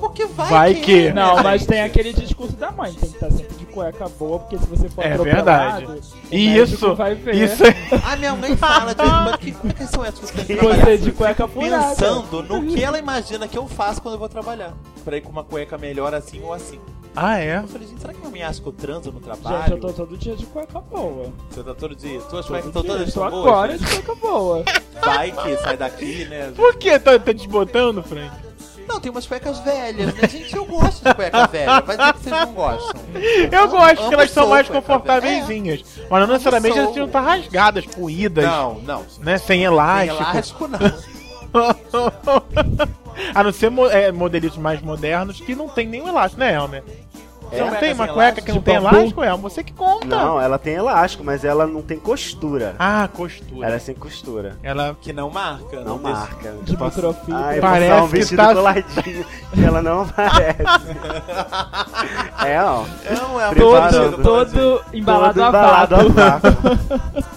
S2: porque vai,
S4: Vai que.
S1: um
S3: Não,
S2: né,
S3: mas
S2: gente?
S3: tem aquele discurso da mãe, tem que estar sempre de cueca boa, porque se você for
S4: É
S3: atropelado,
S4: verdade.
S3: o
S4: E
S3: médico
S4: Isso,
S3: vai ver.
S4: isso é...
S2: Ah, minha mãe fala de vez em quando que como é que são essas coisas que
S3: Você é
S2: trabalhar?
S3: de cueca furada.
S2: Pensando no
S3: é
S2: que ela imagina que eu faço quando eu vou trabalhar. Pra ir com uma cueca melhor assim ou assim.
S4: Ah, é?
S2: Eu falei, gente, será que não me acha que eu transo no trabalho?
S3: Gente, eu tô todo dia de cueca boa.
S2: Você tá todo dia. Tuas cuecas
S3: Todo
S2: estão
S3: dia,
S2: todas
S3: tô
S2: tão boas,
S3: agora
S2: né?
S3: de cueca boa.
S2: Vai que sai daqui, né?
S4: Por que tá, tá desbotando, Frank?
S2: Não, tem umas cuecas velhas, né? Gente, eu gosto de cueca velha. Vai dizer que vocês não gostam.
S4: Eu gosto
S2: amo
S4: que elas são
S2: sopa,
S4: mais
S2: cara.
S4: confortáveis, mas não necessariamente elas
S2: sopa.
S4: tinham que estar rasgadas, poídas,
S2: Não, não.
S4: né? Sem
S2: Sem
S4: elástico.
S2: elástico, não.
S4: A não ser mo- é, modelistas mais modernos que não tem nenhum elástico, né, Elmer? Você
S2: É,
S4: não
S2: cueca
S4: tem
S2: sem
S4: uma cueca
S2: elástico,
S4: que não tem
S3: bambu.
S4: elástico, Elmer? Você que conta.
S2: é
S1: Não, ela tem elástico, mas ela não tem costura.
S4: Ah, costura.
S1: Ela é sem costura.
S4: Ela
S2: Que não marca.
S1: Não
S2: deixa-
S1: marca.
S3: De
S1: Eu posso-
S3: microfibra.
S1: Ah, eu posso
S4: Parece
S1: usar um
S4: que
S1: vestido
S4: tá-
S1: coladinho. que ela não parece. é, ó.
S2: Não, é uma
S1: Preparando.
S3: Todo,
S2: todo,
S3: todo embalado
S1: todo
S3: a
S1: embalado
S3: vapo.
S1: vácuo.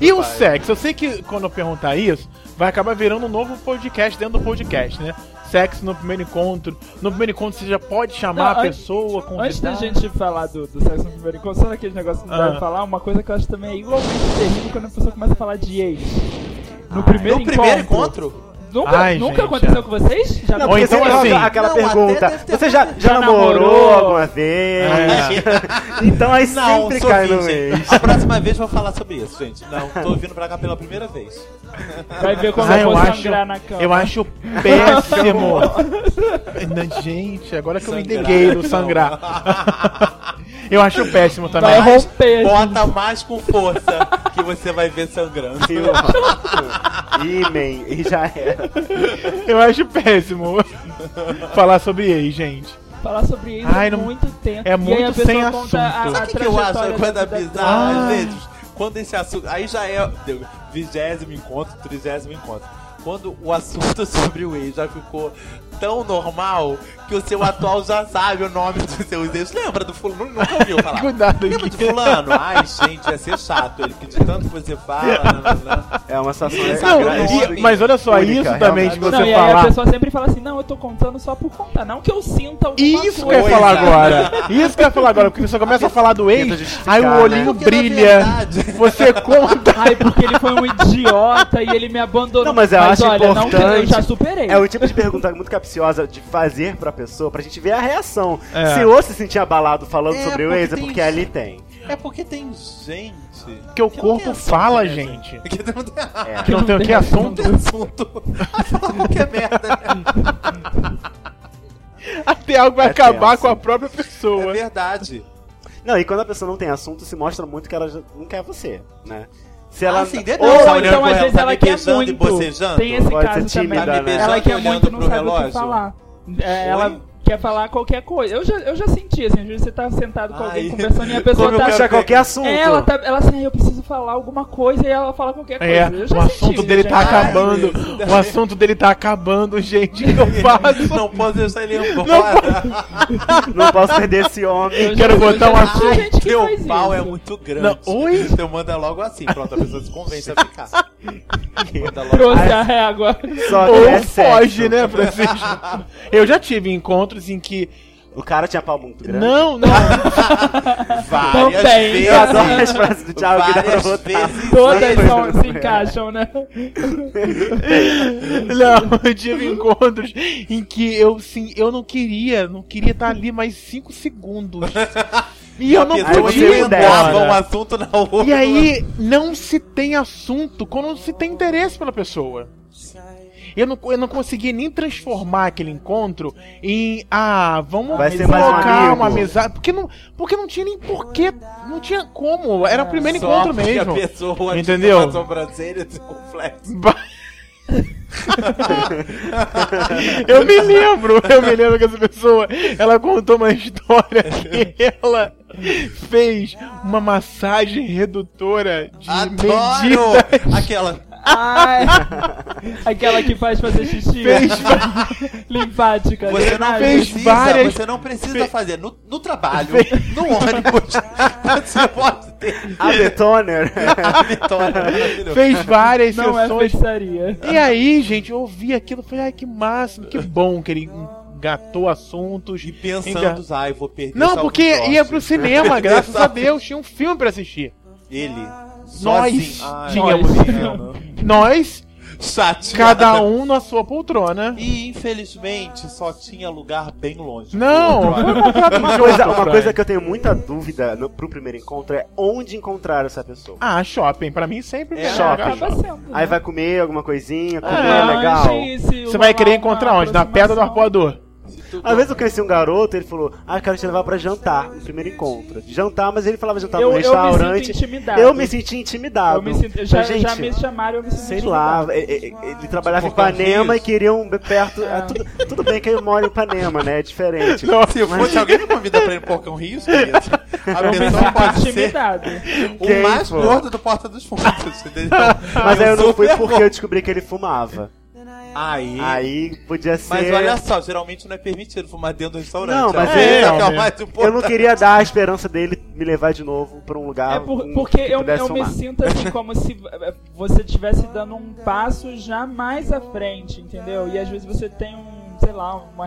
S4: E o sexo? Eu sei que quando eu perguntar isso, vai acabar virando um novo podcast dentro do podcast, né? Sexo no primeiro encontro. No primeiro encontro você já pode chamar
S3: Não,
S4: a
S3: antes-
S4: pessoa, convidar.
S3: Antes da gente falar do, do sexo no primeiro encontro, sabe aquele negócio que não
S4: Ah.
S3: deve falar? Uma coisa que eu acho também é igualmente terrível quando a pessoa começa a falar de ex. No primeiro
S2: No primeiro encontro?
S3: Nunca,
S4: Ai,
S3: nunca
S4: gente,
S3: aconteceu
S4: é.
S3: com vocês? Já
S1: Não,
S4: Ou
S1: porque
S4: então
S1: sempre
S4: assim-
S1: rola aquela
S2: Não,
S1: pergunta.
S2: até deve ter-
S1: Você já, já
S3: Já
S1: namorou,
S3: namorou?
S1: alguma vez? Então aí É. sempre
S2: É. sou
S1: cai no
S2: virgem.
S1: mês.
S2: A próxima vez vou falar sobre isso, gente. Não, tô vindo pra cá pela primeira vez.
S3: Vai ver quando
S4: Ah,
S3: eu
S4: eu
S3: vou
S4: acho,
S3: sangrar na cama.
S4: eu acho péssimo. Não, gente, agora que eu me liguei no sangrar. Eu acho péssimo também.
S3: Vai
S2: Mas
S3: romper,
S2: Bota mais com força que você vai ver sangrando.
S1: Imen, e já é. era.
S4: Eu acho péssimo falar sobre ex, gente.
S3: Falar sobre ex
S4: Ai,
S3: é
S4: não-
S3: muito tempo.
S4: é
S3: E aí
S4: muito
S3: a pessoa
S4: sem
S3: conta
S4: assunto.
S3: A, a
S4: Sabe
S2: Sabe o que, que eu acho é
S3: trajetória
S2: a coisa
S3: da vida
S2: bizarra,
S4: Ah.
S2: às vezes? Quando esse assunto. Aí já é deu, vigésimo encontro, trigésimo encontro. Quando o assunto sobre o ex já ficou tão normal que o seu atual já sabe o nome dos seus ex. Lembra do fulano? Nunca ouviu falar.
S4: Cuidado
S2: Lembra de
S4: aqui.
S2: fulano? Ai, gente, ia ser chato. Ele que de tanto que você fala. né, não, não, não.
S1: É uma situação
S4: Não,
S2: Sagrado,
S4: e-
S2: homem.
S4: mas olha só,
S1: Única,
S4: isso também
S1: realmente.
S4: de você
S3: Não, e aí a
S4: falar.
S3: pessoa sempre fala assim, não, eu tô contando só por contar, não que eu sinta alguma
S4: Isso que eu
S3: coisa.
S4: ia falar agora. Isso que eu ia falar agora. Porque você começa a falar do
S1: Tenta
S4: ex,
S1: justificar,
S4: aí o
S1: né?
S4: olhinho
S2: Porque, na
S4: brilha.
S2: verdade,
S4: Você conta.
S3: Ai, porque ele foi um idiota e ele me abandonou.
S1: Não, mas eu acho
S3: olha, Não, eu
S1: importante.
S3: já superei.
S1: É o tipo de pergunta muito capciosa de fazer pra pessoa pra gente ver a reação.
S4: É.
S1: Se ou se sentir abalado falando
S2: É,
S1: sobre o
S2: porque
S1: ex, é
S2: tem
S1: porque ali tem.
S2: É porque tem gente.
S4: Porque o
S2: não
S4: corpo
S2: tem assunto,
S4: fala,
S2: né,
S4: gente.
S2: Que não tem
S1: É.
S4: Que não tem o que assunto.
S2: tem assunto. Vai falar qualquer merda. né?
S4: Até algo vai
S1: É
S4: acabar
S1: tenso.
S4: com a própria pessoa.
S2: É verdade.
S1: Não, e quando a pessoa não tem assunto, se mostra muito que ela já não quer você, né? Se ela.
S2: Ah, sim, dentro
S1: ou,
S2: da
S3: Ou
S2: Tá olhando
S3: então,
S2: pro
S3: às
S2: relógio,
S3: vezes,
S2: tá
S3: ela
S2: me
S3: quer
S2: beijando e
S3: muito.
S2: bocejando?
S3: Tem esse
S1: Pode ser
S3: caso também.
S1: tímida, Tá me né?
S3: Ela
S2: beijando
S3: quer
S2: olhando
S3: muito e não
S2: pro
S3: sabe o que
S2: relógio?
S3: falar. É,
S2: Oi?
S3: ela quer falar qualquer coisa. Eu já, eu já senti, assim, às vezes você tá sentado com alguém
S2: Ai.
S3: conversando e a pessoa
S2: Como eu
S3: tá...
S1: puxa
S2: quero-
S1: qualquer assunto.
S3: É, ela tá... Ela assim, "Ah, eu preciso falar alguma coisa e ela fala qualquer coisa.
S4: É,
S3: Eu já
S4: o
S3: senti
S4: assunto
S3: isso,
S4: dele
S3: já.
S4: tá acabando.
S2: isso
S4: O assunto dele tá acabando, gente. O que eu faço?
S2: Não posso deixar ele embora.
S1: Não posso perder esse homem.
S3: Eu
S4: Quero
S3: já-
S4: botar
S3: eu
S4: um
S3: já-
S4: assunto.
S3: Ai, gente, que
S2: Teu
S3: faz
S2: pau é
S3: isso?
S2: muito grande.
S4: Não, oi?
S2: Então manda logo assim, pronto, a pessoa se convence a ficar. Manda logo
S3: Trouxe a régua.
S1: Só que
S4: Ou
S1: é sexo.
S4: foge, né, Francisco? Eu já tive encontros em que.
S1: O cara tinha pau muito grande.
S4: Não, não.
S2: várias
S4: então
S3: Também.
S2: vezes.
S1: Eu
S4: um
S1: adoro as frases do Thiago que dá pra
S2: Várias
S1: botar.
S2: vezes.
S3: Todas
S1: Não,
S3: são-
S1: não,
S3: se
S1: não.
S3: encaixam, né?
S4: Não, eu tive encontros em que eu sim, eu não queria, não queria estar ali mais cinco segundos. E eu não
S1: pessoa
S4: podia ir
S1: emenda ela,
S4: embora.
S2: emendava um assunto na outra.
S4: E aí não se tem assunto quando não se tem interesse pela pessoa. Eu não, eu não consegui nem transformar aquele encontro em ah, vamos
S1: Vai ser mais um
S4: colocar
S1: amigo.
S4: uma amizade. Porque não, porque não tinha nem porquê, não tinha como. Era o primeiro
S1: É,
S2: Só
S4: encontro
S2: porque
S4: mesmo.
S2: A pessoa
S4: Entendeu?
S2: tinha uma sobrancelha com flex.
S4: Ba- eu me lembro, eu me lembro que essa pessoa, ela contou uma história que ela fez uma massagem redutora de
S2: Adoro!
S4: medida.
S2: Aquela.
S3: Ai, aquela que faz fazer xixi.
S4: Fez
S3: Linfática.
S2: Você não
S3: sabe?
S4: fez
S2: precisa,
S4: várias-
S2: você não precisa
S4: Fe-
S2: fazer no, no trabalho, no ônibus. você pode ter
S1: A Ah, Betoner.
S2: a vitória. maravilhosa.
S4: Fez várias
S3: Não é
S4: sessões.
S3: feitiçaria.
S4: E aí, gente, eu ouvi aquilo, falei, ai que máximo, que bom que ele engatou assuntos.
S2: E
S4: enga-
S2: pensando, ai, vou perder
S4: Não,
S2: Salvo
S4: porque
S2: Jorge."
S4: ia pro cinema, graças a
S2: Exato.
S4: Deus, tinha um filme pra assistir.
S2: assim." Ele.
S4: Nós
S2: sozinho. Ai,
S4: tínhamos
S3: nós.
S4: filme. Nós,
S2: Chateado.
S4: cada um na sua poltrona.
S2: E infelizmente só tinha lugar bem longe. Pro
S4: Não, foi
S2: outro.
S4: comprado um
S1: Uma
S4: jogo,
S1: coisa, uma
S4: Fran.
S1: coisa que eu tenho muita dúvida no, pro primeiro encontro é onde encontrar essa pessoa.
S4: Ah, shopping. Pra mim sempre
S2: É,
S4: melhor.
S1: shopping.
S3: Acaba sendo.
S1: Aí
S3: né?
S1: vai comer alguma coisinha, comer,
S3: Ah,
S1: legal.
S3: lanche, se
S4: Você vai
S3: rolar
S4: querer
S3: uma
S4: encontrar onde? Na pedra do
S3: aproximação.
S4: arpoador.
S2: Muito
S1: Às
S2: bom.
S1: vezes eu conheci um garoto, ele falou, ah, quero te levar pra jantar, no primeiro encontro. Jantar, mas ele falava jantar
S3: Eu,
S1: no
S3: eu me sinto
S1: restaurante.
S3: intimidado.
S1: Eu me senti intimidado.
S3: Eu me sinto- já,
S1: Falei,
S3: já
S1: gente,
S3: me chamaram, eu me sinto
S1: Sei lá, é,
S3: intimidado.
S1: ele, ele- ele trabalhava em
S2: Tipo, Portão
S1: Ipanema e
S2: Rios.
S1: queria um perto.
S3: Ah.
S1: ah, tudo, tudo bem que eu moro em Ipanema, né? É diferente.
S2: Se fosse alguém me convida pra ir no Porcão Rios, querido, a
S3: Eu me
S2: pessoa pode
S3: sinto
S2: ser
S3: intimidado.
S1: Quem,
S2: o mais
S1: pô?
S2: gordo do Porta dos Fundos. entendeu?
S1: Mas aí eu não
S2: sou
S1: fui
S2: fervor.
S1: porque eu descobri que ele fumava.
S2: Aí...
S1: Aí podia ser.
S2: Mas olha só, geralmente não é permitido fumar dentro do restaurante.
S1: Não, mas
S2: Aí
S4: é,
S2: esse que é o
S4: homem.
S2: mais importante.
S1: eu não queria dar a esperança dele me levar de novo pra um lugar.
S3: É por-
S1: um-
S3: porque
S1: que
S3: eu,
S1: pudesse
S3: eu me
S1: fumar.
S3: sinto assim, como se eh, você estivesse dando um passo já mais à frente, entendeu? E às vezes você tem um, sei lá, uma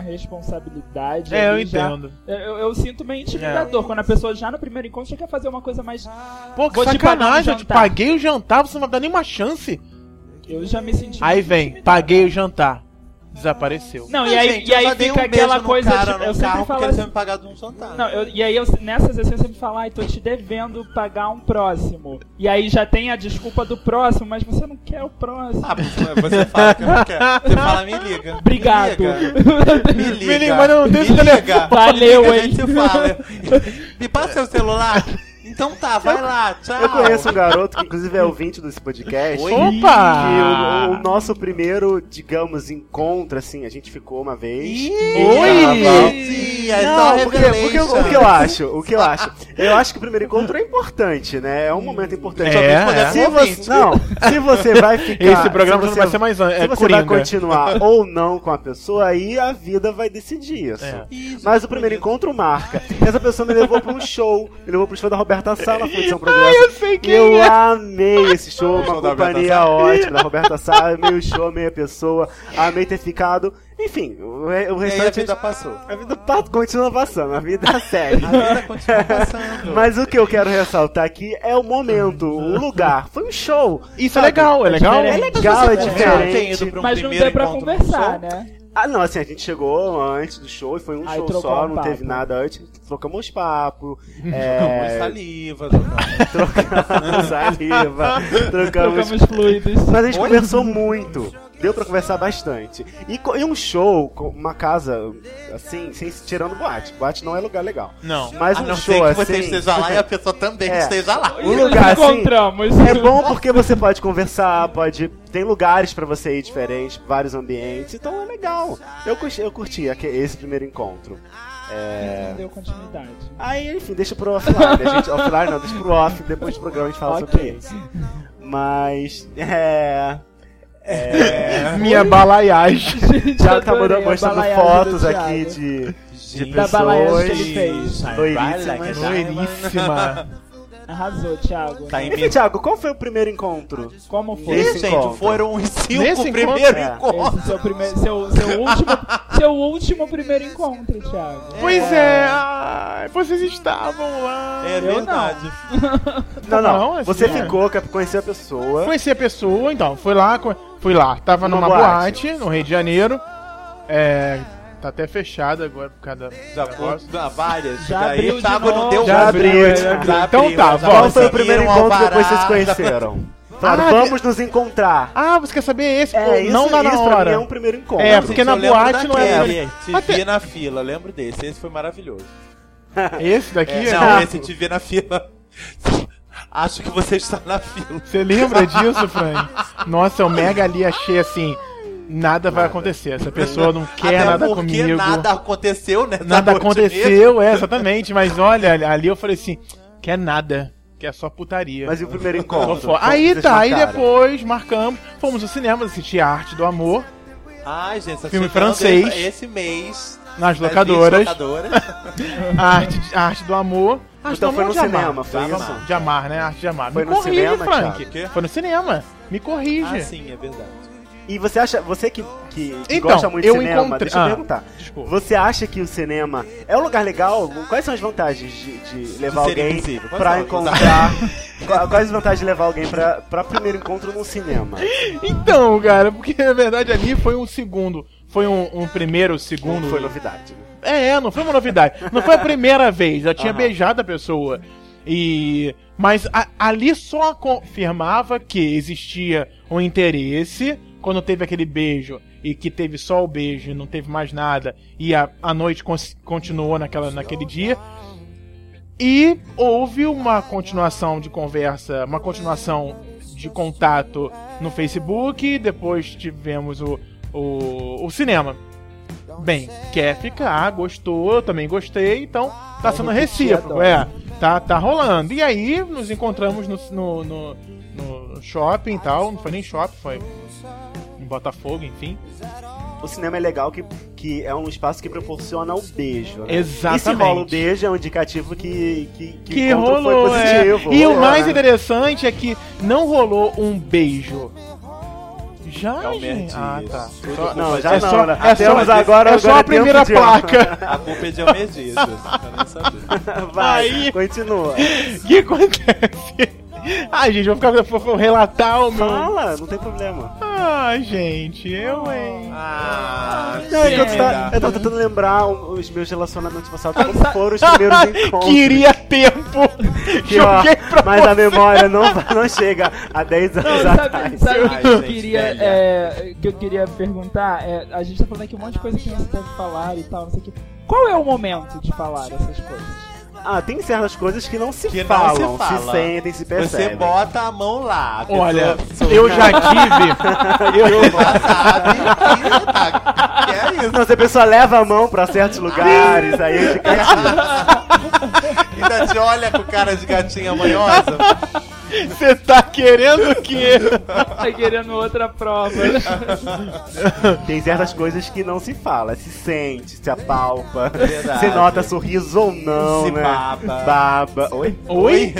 S3: responsabilidade.
S4: É, eu
S3: ali já.
S4: entendo.
S3: Eu, eu sinto meio
S2: É.
S3: intimidador quando a pessoa já no primeiro encontro já quer fazer uma coisa mais.
S4: Pô, que
S3: Vou te pagar
S4: sacanagem,
S3: um
S4: eu te
S3: jantar.
S4: paguei o jantar, você não vai dar nenhuma chance.
S3: Eu já me senti.
S4: Aí
S3: muito
S4: vem,
S3: intimidado.
S4: paguei o jantar. Desapareceu.
S3: Não,
S2: Mas,
S3: e aí,
S2: gente,
S3: e
S2: eu
S3: aí
S2: já dei
S3: fica
S2: um beijo
S3: aquela
S2: no
S3: coisa.
S2: cara
S3: tipo,
S2: no
S3: eu sempre
S2: carro porque
S3: falo
S2: ele
S3: assim.
S2: tinha me pagado um jantar.
S3: Não, eu- e aí eu, nessas vezes eu sempre falo, ai, tô te devendo pagar um próximo. E aí já tem a desculpa do próximo, mas você não quer o próximo.
S2: Ah, você- você fala que eu não quero. Você fala, me liga.
S3: Obrigado.
S2: Me liga. Me liga.
S4: Me liga, mas eu não tenho
S2: me
S4: seu telefone.
S2: liga.
S3: Valeu,
S2: Me liga, a gente
S3: hein.
S2: se fala. Me passa seu celular. Então tá, vai lá, tchau.
S1: Eu conheço um garoto que, inclusive, é ouvinte desse podcast.
S2: Oi?
S1: Que o, o
S4: Opa!
S1: nosso primeiro, digamos, encontro, assim, a gente ficou uma vez.
S2: Ih,
S4: Oi!
S2: Sim, é
S1: Não, porque,
S2: só
S1: porque eu- o que eu
S2: revelation.
S1: acho, o que eu acho, eu acho que o primeiro encontro é importante, né? É um momento importante.
S4: É,
S1: Talvez
S4: é.
S1: quando- Se você, não, se você vai ficar,
S4: Esse programa
S1: se
S4: não
S1: você,
S4: vai ser mais an- é
S1: se você
S4: Coringa.
S1: vai continuar ou não com a pessoa, aí a vida vai decidir isso.
S4: É.
S2: Ih,
S1: Mas o primeiro encontro marca. Essa pessoa me levou pra um show, me levou pro show da Roberta Sala, foi de São Progresso.
S4: Eu sei quem
S1: Eu
S4: é.
S1: amei esse show,
S2: O
S1: uma
S2: show da Roberta
S1: companhia ótima da Roberta Sá, amei o show, amei a pessoa, amei ter ficado. Enfim, o, re- o
S2: E aí a
S1: restante.
S2: vida passou.
S1: a vida pa- continua passando, a vida segue.
S2: A vida continua passando.
S1: Mas o que eu quero ressaltar aqui é o momento, o lugar. Foi um show.
S4: Isso é
S1: sabe?
S4: legal, é legal?
S3: diferente.
S1: É legal, é
S2: Mas você já tem
S1: diferente.
S2: ido pra um
S3: Mas não
S2: primeiro
S3: deu pra
S2: encontro no
S3: conversar,
S2: show?
S3: né?
S1: Ah, não, assim, a gente chegou antes do show e foi um
S3: Aí
S1: show
S3: trocou
S1: só,
S3: um
S1: não
S3: papo.
S1: teve nada antes, trocamos papo,
S2: Trocamos
S1: é,
S2: saliva, trocamos-
S1: trocamos saliva, trocamos
S3: Trocamos fluidos.
S1: Mas a gente
S2: Oi?
S1: conversou muito. Deu pra conversar bastante. E, co- e um show, com uma casa, assim, sem tirando boate. Boate não é lugar legal.
S4: Não.
S1: Mas
S2: a
S1: um
S2: não
S1: show
S2: ser que
S1: assim.
S2: você esteja lá e a pessoa também
S1: É.
S2: esteja lá.
S1: um lugar assim,
S3: Encontramos.
S1: É bom porque você pode conversar, pode. Tem lugares pra você ir diferentes, vários ambientes, então é legal. Eu curti, eu curti aque- esse primeiro encontro.
S3: Não deu continuidade.
S1: Aí, enfim, deixa pro offline. A gente, offline não, deixa pro off, depois do programa a gente fala sobre
S3: Ok.
S1: isso. Mas. É.
S4: Minha balaiagem.
S3: Gente,
S1: Thiago tá
S3: adorei
S1: mandando,
S3: a
S1: mostrando
S3: balaiada
S1: fotos
S3: do
S1: aqui
S3: Thiago.
S1: de.
S2: Gente,
S1: Da
S3: balaiada que ele
S1: fez.
S3: é
S1: Doiríssimas.
S4: Loiríssima.
S3: Arrasou, Thiago. né?
S2: Tá
S1: Enfim, Thiago, qual foi o primeiro encontro?
S3: Como foi?
S1: Esse
S2: Ih, gente,
S1: encontro.
S2: foram os
S4: Nesse
S2: cinco
S4: encontro?
S2: primeiros
S1: É.
S2: encontros.
S3: Esse seu, primeiro, seu, seu, último, seu último primeiro encontro, Thiago.
S4: Pois é, ai, vocês estavam lá.
S2: É
S3: Eu não.
S2: verdade.
S1: Não, não.
S4: Não, esse
S1: você
S4: não é.
S1: ficou, cap- conheceu a pessoa.
S4: Conheci a pessoa, então, fui lá, co- fui lá, tava
S1: Numa
S4: numa
S1: boate.
S4: boate. no Rio de Janeiro. É, tá até fechada agora por causa da-
S2: Já
S4: da
S2: foi
S4: voz.
S2: ah, várias.
S3: Já
S2: Daí
S3: abriu de
S2: Thiago não
S3: novo.
S2: deu
S1: Já
S2: um-
S1: abriu,
S4: é,
S1: já
S4: já
S1: abriu.
S4: Então tá,
S1: Qual
S2: já
S4: volta.
S1: foi o primeiro
S2: conseguiram
S1: encontro que depois vocês se
S2: alvará, já-
S1: conheceram? Falaram,
S4: Ah,
S1: vamos nos encontrar.
S4: Ah, você quer saber esse?
S1: É,
S4: Pô,
S1: isso,
S4: não dá na
S1: isso pra
S4: hora.
S1: mim é um primeiro encontro.
S4: É, porque
S2: Gente,
S4: na
S2: eu lembro
S4: boate não é
S2: daquele. Te
S4: Mas tem-
S2: vi na fila, eu lembro desse. Esse foi maravilhoso.
S4: Esse daqui
S2: É,
S4: é.
S2: não, esse te vi na fila. Acho que você está na fila.
S4: Você lembra disso, Fran? Nossa, eu mega ali achei assim. Nada vai acontecer. Essa pessoa não quer
S2: Até
S4: é nada
S2: porque
S4: comigo.
S2: nada aconteceu, né? na
S4: Nada
S2: noite mesmo.
S4: aconteceu, é, exatamente. Mas olha, ali- ali eu falei assim: quer nada. Quer só putaria.
S1: Mas e o primeiro
S4: Então,
S1: encontro?
S4: foi- Aí
S1: Vocês
S4: tá, aí
S1: marcaram?
S4: depois marcamos, fomos ao cinema assistir a Arte do Amor
S2: Ai, gente, tá
S4: Filme
S2: chegando
S4: francês.
S2: Esse, esse mês.
S4: nas
S2: nas
S4: locadoras.
S2: locadoras.
S4: A arte, a arte do amor. A arte
S1: Então
S4: do
S1: foi
S4: amor
S1: no
S4: de amar.
S1: cinema, foi
S4: de
S1: isso?
S4: amar, de amar, né? A arte de amar.
S1: Foi
S4: Me
S1: no
S4: corrige,
S1: cinema,
S4: Frank.
S2: Thiago? Quê?
S4: Foi no cinema. Me corrige.
S2: Ah, sim, é verdade.
S1: E você acha, você que, que, que
S4: Então,
S1: gosta muito de
S4: eu
S1: cinema,
S4: encontrei-
S1: deixa eu
S4: ah.
S1: perguntar.
S4: Desculpa.
S1: Você acha que o cinema é um lugar legal? Quais são as vantagens de, de levar
S2: De ser
S1: alguém
S2: invisível. Quais
S1: pra
S2: são as
S1: encontrar? Qua- Quais as vantagens de levar alguém pra, pra primeiro encontro num cinema?
S4: Então, cara, porque na verdade ali foi um segundo. Foi um, um primeiro, segundo.
S1: Foi novidade. né?
S4: É, é, não foi uma novidade. Não foi a primeira vez. Já tinha
S1: Aham.
S4: beijado a pessoa. E. Mas a- ali só confirmava que existia um interesse. Quando teve aquele beijo, e que teve só o beijo e não teve mais nada, e a, a noite cons- continuou naquela, naquele dia. E houve uma continuação de conversa, uma continuação de contato no Facebook, e depois tivemos o, o, o cinema. Bem, quer ficar, gostou, eu também gostei, então tá sendo
S3: repetir a
S4: recíproco,
S3: dose.
S4: é. Tá, tá rolando. E aí nos encontramos no, no, no, no shopping e tal, não foi nem shopping, foi em Botafogo, enfim.
S1: O cinema é legal que, que é um espaço que proporciona o beijo. Né? E se
S4: Exatamente.
S1: rola o beijo, é um indicativo que, que, que, o
S4: que
S1: encontro
S4: rolou,
S1: foi
S4: é.
S1: positivo.
S4: E o
S1: rolou,
S4: mais
S1: né?
S4: interessante é que não rolou um beijo. Já,
S1: um
S2: É o
S4: gente?
S2: Merdi,
S4: Ah,
S2: isso.
S4: tá.
S2: Tudo
S4: Só-
S2: com
S1: Então, Não,
S2: você.
S1: já
S4: é
S1: não,
S4: só,
S1: né?
S4: é só,
S1: Temos agora-
S4: é só
S1: agora
S4: a primeira
S1: temos de-
S4: placa.
S2: A culpa é de Almedizos. Eu nem sabia.
S1: Vai,
S4: Aí.
S1: continua.
S4: O que acontece? Ai, gente, vou ficar vou, vou relatar o meu.
S1: Fala, não tem problema.
S4: Ai, gente, eu, hein?
S2: Ah,
S4: é
S1: Não, enquanto
S2: merda.
S1: tá- eu tava tentando lembrar o- os meus relacionamentos passados, como
S4: Ah, Sa-
S1: foram os primeiros encontros.
S4: Queria tempo.
S1: Que, ó,
S4: Joguei pra
S1: mas a memória não, vai- não chega a 10
S3: Não,
S1: anos
S3: sabe,
S1: atrás.
S3: sabe o que,
S2: Ai,
S3: eu
S2: gente,
S3: queria,
S2: velha.
S3: é, que eu queria perguntar? É, a gente tá falando aqui um monte de coisa que não se deve falar e tal, não sei o que. Qual é o momento de falar essas coisas?
S1: Ah, tem certas coisas que não se
S2: Que não
S1: falam,
S2: se fala.
S1: sentem, se percebem.
S2: Você bota a mão lá. a pessoa-
S4: Olha,
S2: pessoa-
S4: eu já tive.
S2: Eu já sabe que tá- que é isso.
S1: Não, Então, se a pessoa leva a mão pra certos lugares, aí a gente
S2: Ainda te olha com cara de gatinha manhosa.
S4: Você tá querendo o quê?
S3: Tá querendo outra prova. né?
S1: Tem certas coisas que não se fala, se sente, se apalpa,
S2: Verdade.
S1: se nota sorriso ou não,
S2: Se
S1: né?
S2: baba.
S1: Baba. Oi?
S4: Oi?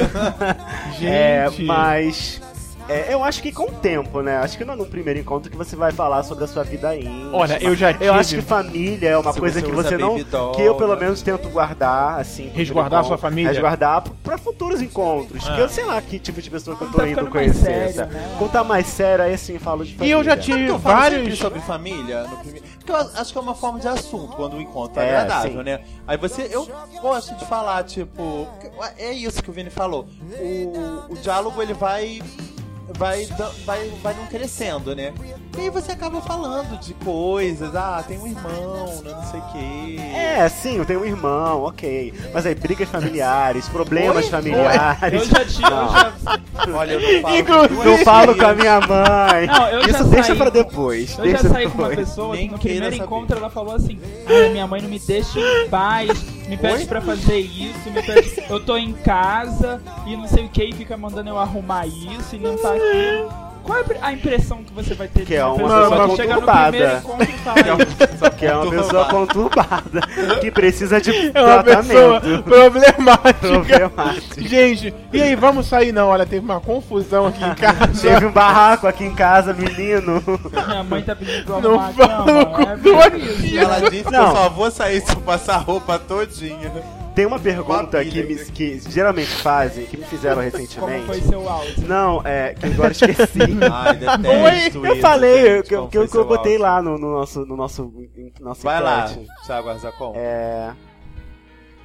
S4: Gente.
S1: É, mas é, eu acho que com o tempo, né? Acho que não é num primeiro encontro que você vai falar sobre a sua vida íntima.
S4: Olha, eu já tive-
S1: Eu acho que família é uma
S2: Se
S1: coisa
S2: você
S1: que
S2: usa
S1: você não...
S2: baby doll,
S1: que eu, pelo
S2: né?
S1: menos, tento guardar, assim... pro
S4: Resguardar
S1: primeiro
S4: sua
S1: encontro,
S4: família? É.
S1: Resguardar p- pra futuros encontros. Que eu sei lá que tipo de pessoa que eu tô
S3: Tá
S1: indo
S3: ficando mais
S1: conhecer.
S3: sério,
S1: sabe?
S3: né?
S1: Contar mais sério, aí assim, falo de
S4: E
S1: família.
S4: eu já
S2: Sabe que
S4: tive
S2: eu falo sempre
S4: vários.
S2: sobre família no primeiro. Porque eu acho que é uma forma de assunto quando o encontro é,
S1: É,
S2: agradável,
S1: sim.
S2: né? Aí você. Eu gosto de falar, tipo. porque É isso que o Vini falou. O, o diálogo ele vai. Vai, da- vai, vai não crescendo, né? E aí você acaba falando de coisas, ah, tem um irmão, não sei o quê.
S1: É, sim, eu tenho um irmão, ok. Mas aí, brigas familiares, problemas
S2: Oi?
S1: familiares.
S3: Eu já tive, eu
S1: Não.
S3: já
S2: Olha, eu não falo.
S4: Inclusive-
S2: duas
S1: Eu falo
S2: vezes.
S1: com a minha mãe.
S3: Não, eu já
S1: Isso deixa
S3: saí-
S1: pra depois.
S3: Eu já
S1: deixa
S3: saí com
S1: depois.
S3: uma pessoa
S2: Nem
S3: que no
S2: queira
S3: primeiro
S2: saber.
S3: encontro ela falou assim: "Ai, minha mãe não me deixa em paz, me pede
S2: Oi?
S3: pra fazer isso, me pede. Eu tô em casa e não sei o que, e fica mandando eu arrumar isso e limpar aquilo. Qual é a pri- a impressão que você vai ter
S1: Que é
S3: uma
S1: uma
S3: pessoa
S1: pessoa
S3: que chega no
S1: conturbada.
S3: primeiro encontro e fala isso?
S1: Que é uma pessoa conturbada, que precisa de
S4: É uma pessoa
S1: tratamento.
S4: problemática.
S1: Problemática.
S4: Gente, e aí, vamos sair? Não, olha, teve uma confusão aqui em casa.
S1: Teve um barraco aqui em casa, menino.
S3: Minha mãe tá pedindo pra
S4: Não
S3: arrumar a
S4: falo
S3: cama. É
S4: com duas
S3: bem isso.
S4: filhas.
S2: Ela disse que eu
S1: Não.
S2: só vou sair se eu passar a roupa todinha.
S1: Tem uma pergunta que,
S2: Maravilha.
S1: me, que geralmente fazem, que me fizeram
S3: Como foi
S1: recentemente.
S3: seu áudio?
S1: Não, é, que agora eu esqueci.
S2: Ai, detesto
S1: Oi, eu
S2: isso,
S1: falei,
S2: gente,
S1: que, eu-
S2: como
S1: que, eu-
S2: foi
S1: que eu
S2: seu
S1: botei
S2: áudio.
S1: lá no, no nosso, no nosso, nosso
S2: Vai lá,
S1: enquete.
S2: Thiago Arzacon.
S1: É,